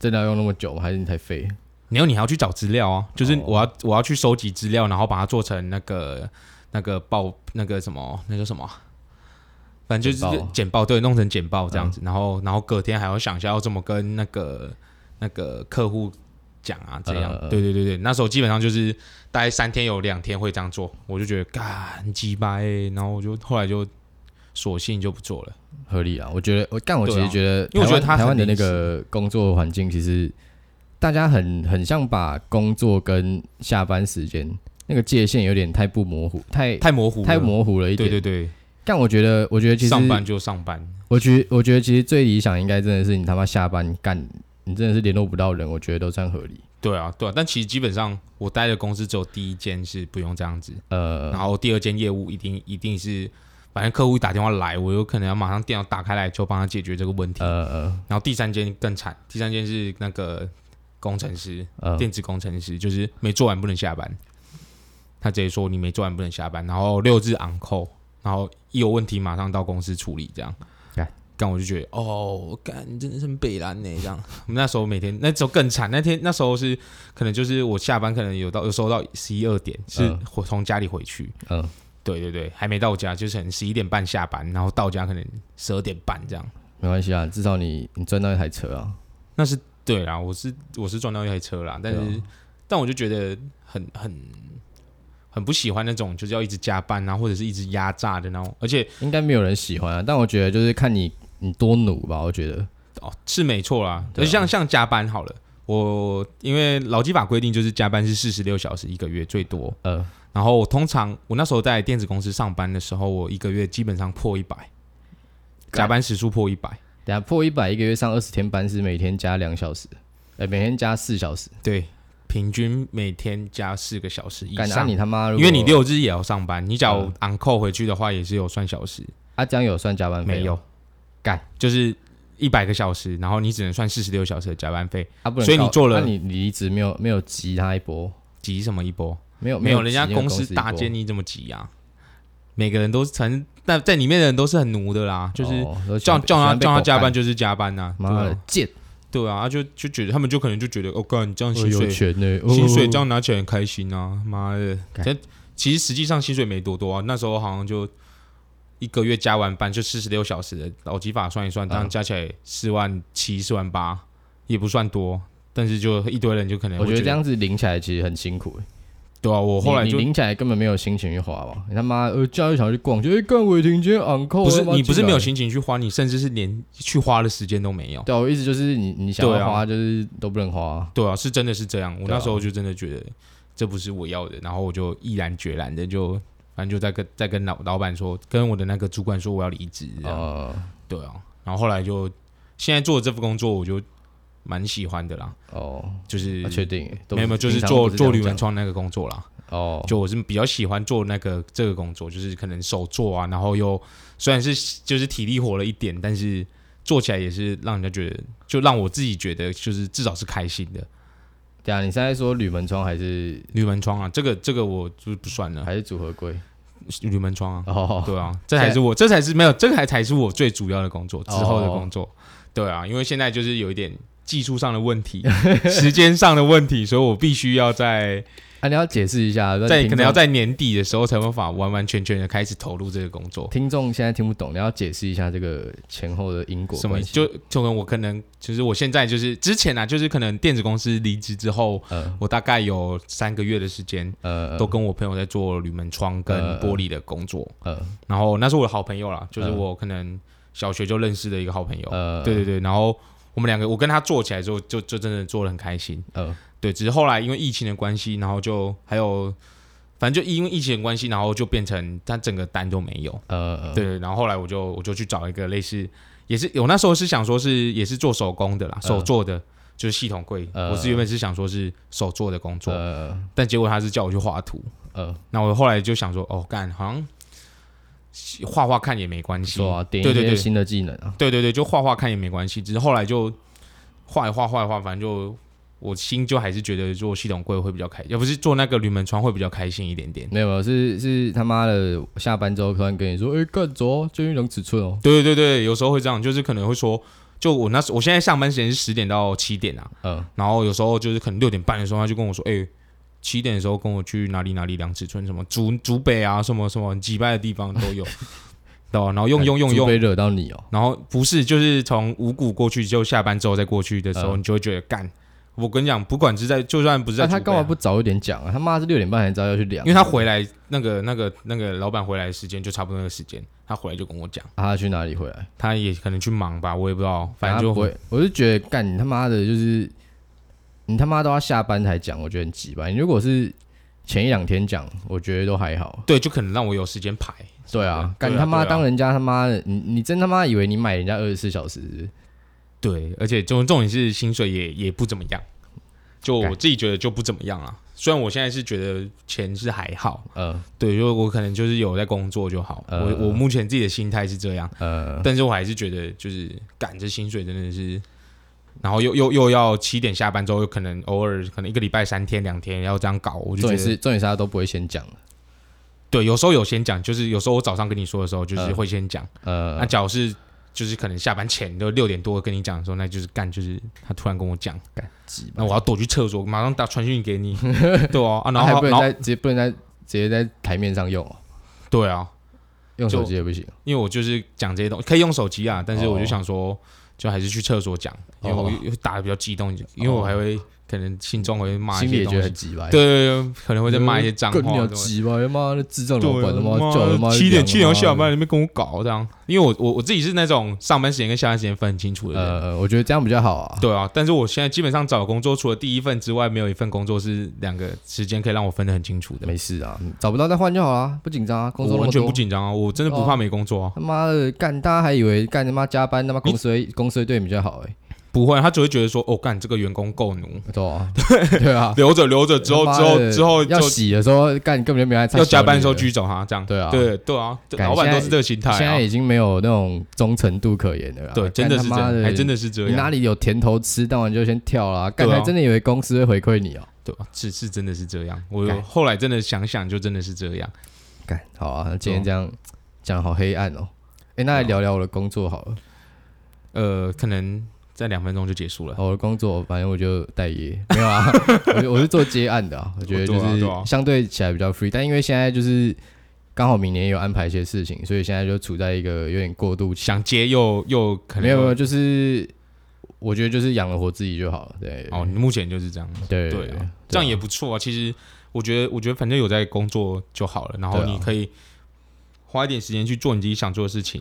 [SPEAKER 1] 真的要用那么久吗？还是你太废？
[SPEAKER 2] 然后你还要去找资料啊，就是
[SPEAKER 1] 哦
[SPEAKER 2] 我要、我要去收集资料，然后把它做成那个那个报那个什么那叫什么啊，反正就是
[SPEAKER 1] 简
[SPEAKER 2] 简
[SPEAKER 1] 报嗯
[SPEAKER 2] 报对，弄成简报这样子，然后然后隔天还要想一下要怎么跟那个那个客户讲啊，这样，
[SPEAKER 1] 呃
[SPEAKER 2] 对对对对，那时候基本上就是大概三天有两天会这样做，我就觉得干鸡巴欸，然后我就后来就索性就不做了，
[SPEAKER 1] 合理啊，我觉得我干，我
[SPEAKER 2] 对
[SPEAKER 1] 其
[SPEAKER 2] 啊
[SPEAKER 1] 实觉得，
[SPEAKER 2] 因为我觉得
[SPEAKER 1] 台湾
[SPEAKER 2] 它很
[SPEAKER 1] 台湾的那
[SPEAKER 2] 临时
[SPEAKER 1] 个工作环境，其实大家很很像把工作跟下班时间那个界限有点太不模糊，太
[SPEAKER 2] 太模糊了，
[SPEAKER 1] 太模糊了一
[SPEAKER 2] 对
[SPEAKER 1] 点。
[SPEAKER 2] 对对，
[SPEAKER 1] 但我觉得，我觉得其实
[SPEAKER 2] 上班就上班，
[SPEAKER 1] 我觉我觉得其实最理想应该真的是你他妈下班干，你真的是联络不到人，我觉得都算合理。
[SPEAKER 2] 对啊，对啊，但其实基本上我待的公司只有第一间是不用这样子，
[SPEAKER 1] 呃
[SPEAKER 2] 然后第二间业务一定一定是，反正客户打电话来，我有可能要马上电脑打开来就帮他解决这个问题。
[SPEAKER 1] 呃
[SPEAKER 2] 然后第三间更惨，第三间是那个工程师，
[SPEAKER 1] 呃
[SPEAKER 2] 电子工程师，就是没做完不能下班，他直接说你没做完不能下班，然后六日昂扣，然后一有问题马上到公司处理这样
[SPEAKER 1] 干。
[SPEAKER 2] 干我就觉得哦，干你真的是很北蓝呢，欸这样。我们那时候每天那时候更惨，那天那时候是可能就是我下班可能有到有时候到十一二点是
[SPEAKER 1] 嗯
[SPEAKER 2] 回从家里回去，
[SPEAKER 1] 嗯，
[SPEAKER 2] 对对对，还没到家，就是可能十一点半下班，然后到家可能十二点半这样。
[SPEAKER 1] 没关系啊，至少你你赚到一台车啊，
[SPEAKER 2] 那是对啦，我是我是撞到一台车啦，但是、
[SPEAKER 1] 对啊
[SPEAKER 2] 但我就觉得很很很不喜欢那种就是要一直加班啊，或者是一直压榨的那种，而且
[SPEAKER 1] 应该没有人喜欢啊，但我觉得就是看你你多努吧，我觉得，
[SPEAKER 2] 哦是没错啦，
[SPEAKER 1] 对啊
[SPEAKER 2] 而且像像加班好了。我因为劳基法规定就是加班是四十六小时一个月最多，
[SPEAKER 1] 呃，
[SPEAKER 2] 然后我通常我那时候在电子公司上班的时候，我一个月基本上破一百，加班时数破一百，
[SPEAKER 1] 等下破一百一个月上二十天班是每天加两小时，呃，每天加四小时，
[SPEAKER 2] 对，平均每天加四个小时以
[SPEAKER 1] 干那
[SPEAKER 2] 上
[SPEAKER 1] 你。他妈如
[SPEAKER 2] 因
[SPEAKER 1] 果，
[SPEAKER 2] 为你六日也要上班，你假如
[SPEAKER 1] 嗯
[SPEAKER 2] on call 回去的话，也是有算小时，
[SPEAKER 1] 啊，这样有算加班费吗
[SPEAKER 2] 没有，
[SPEAKER 1] 干，
[SPEAKER 2] 就是一百个小时，然后你只能算四十六小时的加班费，
[SPEAKER 1] 啊，不能告，
[SPEAKER 2] 所以你做了
[SPEAKER 1] 那你你离职没有没有急他一波，
[SPEAKER 2] 急什么一波？
[SPEAKER 1] 没有
[SPEAKER 2] 没有，人
[SPEAKER 1] 急
[SPEAKER 2] 家
[SPEAKER 1] 那个
[SPEAKER 2] 公
[SPEAKER 1] 公
[SPEAKER 2] 司大
[SPEAKER 1] 奸
[SPEAKER 2] 建，你怎么急啊？每个人都是成，但在里面的人都是很奴的啦，就是
[SPEAKER 1] 哦都喜
[SPEAKER 2] 叫
[SPEAKER 1] 欢
[SPEAKER 2] 叫
[SPEAKER 1] 喜
[SPEAKER 2] 他
[SPEAKER 1] 欢被
[SPEAKER 2] 叫他
[SPEAKER 1] 狗
[SPEAKER 2] 加
[SPEAKER 1] 干
[SPEAKER 2] 班就是加班呐，对
[SPEAKER 1] 妈的
[SPEAKER 2] 啊
[SPEAKER 1] 贱，
[SPEAKER 2] 对啊，啊就就觉得他们就可能就觉得，哦，哥，你这样
[SPEAKER 1] 我
[SPEAKER 2] 薪
[SPEAKER 1] 有
[SPEAKER 2] 水
[SPEAKER 1] 钱呢，哦
[SPEAKER 2] 薪水这样拿起来很开心啊！妈的，
[SPEAKER 1] 干
[SPEAKER 2] 但其实实际上薪水没多多啊，那时候好像就一个月加完班就四十六小时的劳基法算一算，
[SPEAKER 1] 嗯
[SPEAKER 2] 这样加起来四万七、四万八也不算多，但是就一堆人就可能
[SPEAKER 1] 我
[SPEAKER 2] 会
[SPEAKER 1] 觉
[SPEAKER 2] 觉
[SPEAKER 1] 得这样子领起来其实很辛苦。
[SPEAKER 2] 对啊，我后来
[SPEAKER 1] 你你
[SPEAKER 2] 就
[SPEAKER 1] 领起来根本没有心情去花吧？你他妈呃，假日想去逛街，哎、干伟霆今天 on call，
[SPEAKER 2] 不是
[SPEAKER 1] 他妈
[SPEAKER 2] 你不是
[SPEAKER 1] 进来
[SPEAKER 2] 没有心情去花，你甚至是连去花的时间都没有。
[SPEAKER 1] 对啊，我意思就是你你想
[SPEAKER 2] 对
[SPEAKER 1] 要
[SPEAKER 2] 啊
[SPEAKER 1] 花就是都不能花，
[SPEAKER 2] 对啊，是真的是这样，我
[SPEAKER 1] 对啊
[SPEAKER 2] 那时候就真的觉得这不是我要的，然后我就毅然决然的就反正就在跟在跟老老板说，跟我的那个主管说我要离职这样。
[SPEAKER 1] 呃，
[SPEAKER 2] 对啊，然后后来就现在做的这份工作，我就蛮喜欢的啦，
[SPEAKER 1] 哦，
[SPEAKER 2] 就是
[SPEAKER 1] 啊确定，都
[SPEAKER 2] 没有没有，就是
[SPEAKER 1] 平常
[SPEAKER 2] 做
[SPEAKER 1] 都不这
[SPEAKER 2] 做
[SPEAKER 1] 样
[SPEAKER 2] 铝门
[SPEAKER 1] 讲
[SPEAKER 2] 窗那个工作啦，
[SPEAKER 1] 哦，
[SPEAKER 2] 就我是比较喜欢做那个这个工作，就是可能手做啊，然后又虽然是就是体力活了一点，但是做起来也是让人家觉得，就让我自己觉得就是至少是开心的。
[SPEAKER 1] 对啊，你现在说铝门窗还是
[SPEAKER 2] 铝门窗啊，这个这个我就不算了，
[SPEAKER 1] 还是组合柜？
[SPEAKER 2] 铝门窗啊，
[SPEAKER 1] 哦，
[SPEAKER 2] 对啊，这才是我，这才是没有，这才才是我最主要的工作，之后的
[SPEAKER 1] 哦
[SPEAKER 2] 工作。对啊，因为现在就是有一点技术上的问题， 时间上的问题，所以我必须要在
[SPEAKER 1] 啊，你要解释一下，不然
[SPEAKER 2] 在
[SPEAKER 1] 听
[SPEAKER 2] 可能要
[SPEAKER 1] 众
[SPEAKER 2] 在年底的时候才有办法完完全全的开始投入这个工作。
[SPEAKER 1] 听众现在听不懂，你要解释一下这个前后的因果
[SPEAKER 2] 什么
[SPEAKER 1] 关系，
[SPEAKER 2] 就就跟我可能就是我现在就是之前啊，就是可能电子公司离职之后，
[SPEAKER 1] 呃
[SPEAKER 2] 我大概有三个月的时间
[SPEAKER 1] 呃
[SPEAKER 2] 都跟我朋友在做铝门窗跟
[SPEAKER 1] 呃
[SPEAKER 2] 玻璃的工作，
[SPEAKER 1] 呃
[SPEAKER 2] 然后那是我的好朋友啦，就是
[SPEAKER 1] 呃
[SPEAKER 2] 我可能小学就认识的一个好朋友，
[SPEAKER 1] 呃，
[SPEAKER 2] 对对对，然后我们两个，我跟他做起来之后，就就真的做的很开心。
[SPEAKER 1] 呃
[SPEAKER 2] 对，只是后来因为疫情的关系，然后就还有，反正就因为疫情的关系，然后就变成他整个单都没有。
[SPEAKER 1] 呃
[SPEAKER 2] 对，然后后来我就我就去找一个类似，也是我那时候是想说是也是做手工的啦，
[SPEAKER 1] 嗯
[SPEAKER 2] 手做的。就是系统柜，
[SPEAKER 1] 呃
[SPEAKER 2] 我是原本是想说是手做的工作，
[SPEAKER 1] 呃
[SPEAKER 2] 但结果他是叫我去画图，
[SPEAKER 1] 呃，
[SPEAKER 2] 那我后来就想说，哦，干，好像画画看也没关系，
[SPEAKER 1] 说啊，点一
[SPEAKER 2] 嗯对对
[SPEAKER 1] 些
[SPEAKER 2] 对
[SPEAKER 1] 新的技能啊，
[SPEAKER 2] 对对对，就画画看也没关系。只是后来就画一画画一画，反正就我心就还是觉得做系统柜会比较开，要不是做那个铝门窗会比较开心一点点。
[SPEAKER 1] 没有没有，是是他妈的下班之后突然跟你说，哎、干走啊，监狱量尺寸哦，
[SPEAKER 2] 对对对，有时候会这样，就是可能会说，就我那时我现在上班时间是十点到七点啊，
[SPEAKER 1] 嗯，
[SPEAKER 2] 然后有时候就是可能六点半的时候，他就跟我说，哎、七点的时候跟我去哪里哪里量尺寸，什么竹竹北啊，什么什么几拜的地方都有， 对吧？然后用用用
[SPEAKER 1] 除
[SPEAKER 2] 用
[SPEAKER 1] 非，惹到你哦，
[SPEAKER 2] 然后不是，就是从五股过去，就下班之后再过去的时候，
[SPEAKER 1] 嗯
[SPEAKER 2] 你就会觉得干。我跟你讲，不管是在，就算不是在
[SPEAKER 1] 那
[SPEAKER 2] 竹北啊、
[SPEAKER 1] 他干嘛不早一点讲啊？他妈是六点半才知道要去量，
[SPEAKER 2] 因为他回来那个、那个、那个老板回来的时间就差不多那个时间，他回来就跟我讲，
[SPEAKER 1] 啊他去哪里回来？
[SPEAKER 2] 他也可能去忙吧，我也不知道，反正
[SPEAKER 1] 他
[SPEAKER 2] 就
[SPEAKER 1] 啊不会，我就觉得干你他妈的，就是你他妈都要下班才讲，我觉得很急吧。你如果是前一两天讲，我觉得都还好。
[SPEAKER 2] 对，就可能让我有时间排。
[SPEAKER 1] 对啊，
[SPEAKER 2] 对啊
[SPEAKER 1] 干你他妈
[SPEAKER 2] 对啊
[SPEAKER 1] 当人家他妈的，你你真他妈以为你买人家二十四小时是不是
[SPEAKER 2] 对，而且重重点是薪水也也不怎么样，就我
[SPEAKER 1] 干
[SPEAKER 2] 自己觉得就不怎么样啊。虽然我现在是觉得钱是还好，
[SPEAKER 1] 呃
[SPEAKER 2] 对，就我可能就是有在工作就好。
[SPEAKER 1] 呃
[SPEAKER 2] 我我目前自己的心态是这样。
[SPEAKER 1] 呃，
[SPEAKER 2] 但是我还是觉得就是赶着薪水真的是，然后又又又要七点下班之后，又可能偶尔可能一个礼拜三天两天要这样搞，我就
[SPEAKER 1] 重点
[SPEAKER 2] 觉得
[SPEAKER 1] 是重点是他都不会先讲，
[SPEAKER 2] 对，有时候有先讲，就是有时候我早上跟你说的时候，就是
[SPEAKER 1] 嗯
[SPEAKER 2] 会先讲。
[SPEAKER 1] 呃
[SPEAKER 2] 那，假如是就是可能下班前都六点多跟你讲的时候，那就是干，就是他突然跟我讲，
[SPEAKER 1] 干鸡巴
[SPEAKER 2] 那我要躲去厕所，马上打传讯给你， 对哦，啊，然
[SPEAKER 1] 然后还
[SPEAKER 2] 后
[SPEAKER 1] 不
[SPEAKER 2] 然
[SPEAKER 1] 能
[SPEAKER 2] 后
[SPEAKER 1] 在直接不能在直接在台面上用哦，
[SPEAKER 2] 对啊，
[SPEAKER 1] 用手
[SPEAKER 2] 就
[SPEAKER 1] 机也不行。
[SPEAKER 2] 因为我就是讲这些东西，可以用手机啊，但是我就
[SPEAKER 1] 哦
[SPEAKER 2] 想说，就还是去厕所讲，因为我
[SPEAKER 1] 哦
[SPEAKER 2] 又打的比较激动，因为我还会可能心中会骂一
[SPEAKER 1] 心里
[SPEAKER 2] 些
[SPEAKER 1] 也觉
[SPEAKER 2] 东
[SPEAKER 1] 得
[SPEAKER 2] 西
[SPEAKER 1] 很，鸡巴。
[SPEAKER 2] 对，对对，可能会再骂一些脏话
[SPEAKER 1] 更鸟
[SPEAKER 2] 什么的，
[SPEAKER 1] 鸡巴，妈的智障老
[SPEAKER 2] 对
[SPEAKER 1] 板他妈
[SPEAKER 2] 妈
[SPEAKER 1] 叫他妈
[SPEAKER 2] 七点
[SPEAKER 1] 养
[SPEAKER 2] 七点
[SPEAKER 1] 他
[SPEAKER 2] 要
[SPEAKER 1] 妈
[SPEAKER 2] 下
[SPEAKER 1] 的
[SPEAKER 2] 班，你们跟我搞这样，因为我我我自己是那种上班时间跟下班时间分很清楚的人。
[SPEAKER 1] 呃，我觉得这样比较好啊。
[SPEAKER 2] 对啊，但是我现在基本上找工作，除了第一份之外，没有一份工作是两个时间可以让我分得很清楚的。
[SPEAKER 1] 没事啊，找不到再换就好啦，不紧张啊，工作那么
[SPEAKER 2] 我完全
[SPEAKER 1] 多
[SPEAKER 2] 不紧张啊，我真的不怕没工作啊，
[SPEAKER 1] 他妈的干，大家还以为干他妈加班，他妈公司会公司会对你比较好哎、
[SPEAKER 2] 不会啊，他只会觉得说，哦，干这个员工够奴，
[SPEAKER 1] 欸，对 啊，对啊，
[SPEAKER 2] 留着留着之后
[SPEAKER 1] 他
[SPEAKER 2] 之
[SPEAKER 1] 妈
[SPEAKER 2] 后
[SPEAKER 1] 的
[SPEAKER 2] 之后
[SPEAKER 1] 要
[SPEAKER 2] 就
[SPEAKER 1] 洗的时候干根本就没来，
[SPEAKER 2] 要加班的时候
[SPEAKER 1] 去。
[SPEAKER 2] 拘走他，这样
[SPEAKER 1] 对啊
[SPEAKER 2] 对对啊，这
[SPEAKER 1] 干
[SPEAKER 2] 老板
[SPEAKER 1] 现在
[SPEAKER 2] 都是这个心态
[SPEAKER 1] 现在
[SPEAKER 2] 啊，
[SPEAKER 1] 已经没有那种忠诚度可言了啦。
[SPEAKER 2] 对，
[SPEAKER 1] 干
[SPEAKER 2] 真的
[SPEAKER 1] 他
[SPEAKER 2] 是这
[SPEAKER 1] 妈
[SPEAKER 2] 样，还真
[SPEAKER 1] 的，
[SPEAKER 2] 的是这
[SPEAKER 1] 你哪
[SPEAKER 2] 样，
[SPEAKER 1] 里有甜头吃，当然就先跳啦。干，
[SPEAKER 2] 对啊
[SPEAKER 1] 还真的以为公司会回馈你哦、
[SPEAKER 2] 对吧？是是真的是这样，我
[SPEAKER 1] 干
[SPEAKER 2] 后来真的想想，就真的是这样。
[SPEAKER 1] 干，好啊，那今天这样讲好黑暗哦、哎、那来
[SPEAKER 2] 啊
[SPEAKER 1] 聊聊我的工作好了。
[SPEAKER 2] 呃，可能在两分钟就结束了。
[SPEAKER 1] 好我的哦工作，反正我就待业，没有啊，我就我是做接案的啊。我觉得就
[SPEAKER 2] 对啊
[SPEAKER 1] 是
[SPEAKER 2] 对啊
[SPEAKER 1] 相对起来比较 free，但因为现在就是刚好明年也有安排一些事情，所以现在就处在一个有点过渡期。
[SPEAKER 2] 想接又又可能
[SPEAKER 1] 没有没有，就是我觉得就是养得活自己就好了。对，
[SPEAKER 2] 哦，你目前就是这样，
[SPEAKER 1] 对
[SPEAKER 2] 对啊，这样也不错啊。其实我觉得，我觉得反正有在工作就好了，然后
[SPEAKER 1] 对啊
[SPEAKER 2] 你可以花一点时间去做你自己想做的事情，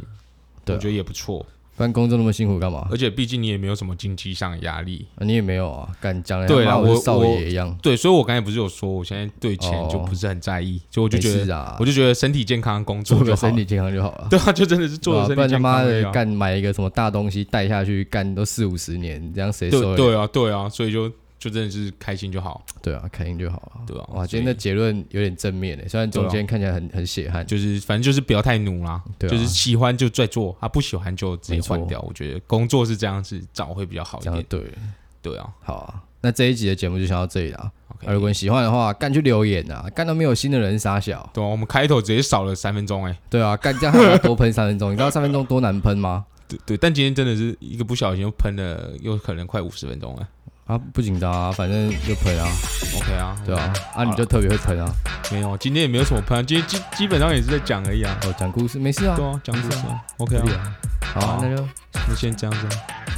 [SPEAKER 1] 对啊啊
[SPEAKER 2] 我觉得也不错。
[SPEAKER 1] 不然工作那么辛苦干嘛？
[SPEAKER 2] 而且毕竟你也没有什么经济上的压力，
[SPEAKER 1] 啊你也没有啊，干讲的
[SPEAKER 2] 对啊
[SPEAKER 1] 我
[SPEAKER 2] 我
[SPEAKER 1] 少爷一样，
[SPEAKER 2] 对，所以我刚才不是有说，我现在对钱
[SPEAKER 1] 哦
[SPEAKER 2] 就不是很在意，所以我就觉
[SPEAKER 1] 没事
[SPEAKER 2] 得，
[SPEAKER 1] 啊
[SPEAKER 2] 我，就觉得身体健康工
[SPEAKER 1] 做
[SPEAKER 2] 作就
[SPEAKER 1] 个
[SPEAKER 2] 好
[SPEAKER 1] 身
[SPEAKER 2] 了
[SPEAKER 1] 体。健康就好了。
[SPEAKER 2] 对啊，就真的是做
[SPEAKER 1] 对啊
[SPEAKER 2] 了身
[SPEAKER 1] 不
[SPEAKER 2] 体
[SPEAKER 1] 然他
[SPEAKER 2] 健
[SPEAKER 1] 妈
[SPEAKER 2] 康而已
[SPEAKER 1] 的
[SPEAKER 2] 啊。
[SPEAKER 1] 干买一个什么大东西带下去干都四五十年，这样谁受得
[SPEAKER 2] 对
[SPEAKER 1] 了？
[SPEAKER 2] 对啊，对啊，所以就就真的是开心就好，
[SPEAKER 1] 对啊，开心就好了。
[SPEAKER 2] 对啊
[SPEAKER 1] 哇，
[SPEAKER 2] 所
[SPEAKER 1] 今
[SPEAKER 2] 以
[SPEAKER 1] 天的结论有点正面诶，欸虽然中间看起来很很血汗，
[SPEAKER 2] 就是反正就是不要太努啦，
[SPEAKER 1] 对啊
[SPEAKER 2] 就是喜欢就再做，啊不喜欢就直接换
[SPEAKER 1] 没错
[SPEAKER 2] 掉。我觉得工作是这样子找会比较好一
[SPEAKER 1] 这样
[SPEAKER 2] 点，
[SPEAKER 1] 对了。
[SPEAKER 2] 啊对啊。
[SPEAKER 1] 好啊，那这一集的节目就先到这里啦。
[SPEAKER 2] OK，
[SPEAKER 1] 啊如果你喜欢的话，干去留言啊，干都没有新的人傻小。
[SPEAKER 2] 对啊，我们开头直接少了三分钟哎、
[SPEAKER 1] 对啊，干这样还要多喷三分钟，你知道三分钟多难喷吗？
[SPEAKER 2] 对对，但今天真的是一个不小心又喷了，又可能快五十分钟了。
[SPEAKER 1] 啊，不紧张啊，反正就喷啊，
[SPEAKER 2] OK 啊，
[SPEAKER 1] 对啊，啊你就特别会喷啊，
[SPEAKER 2] 没有，今天也没有什么喷啊，今天基基本上也是在讲而已啊。
[SPEAKER 1] 哦，讲故事没事啊
[SPEAKER 2] 对，啊，讲故事啊。OK
[SPEAKER 1] 可以
[SPEAKER 2] 啊，
[SPEAKER 1] 啊好啊，那就
[SPEAKER 2] 那先这样子啊，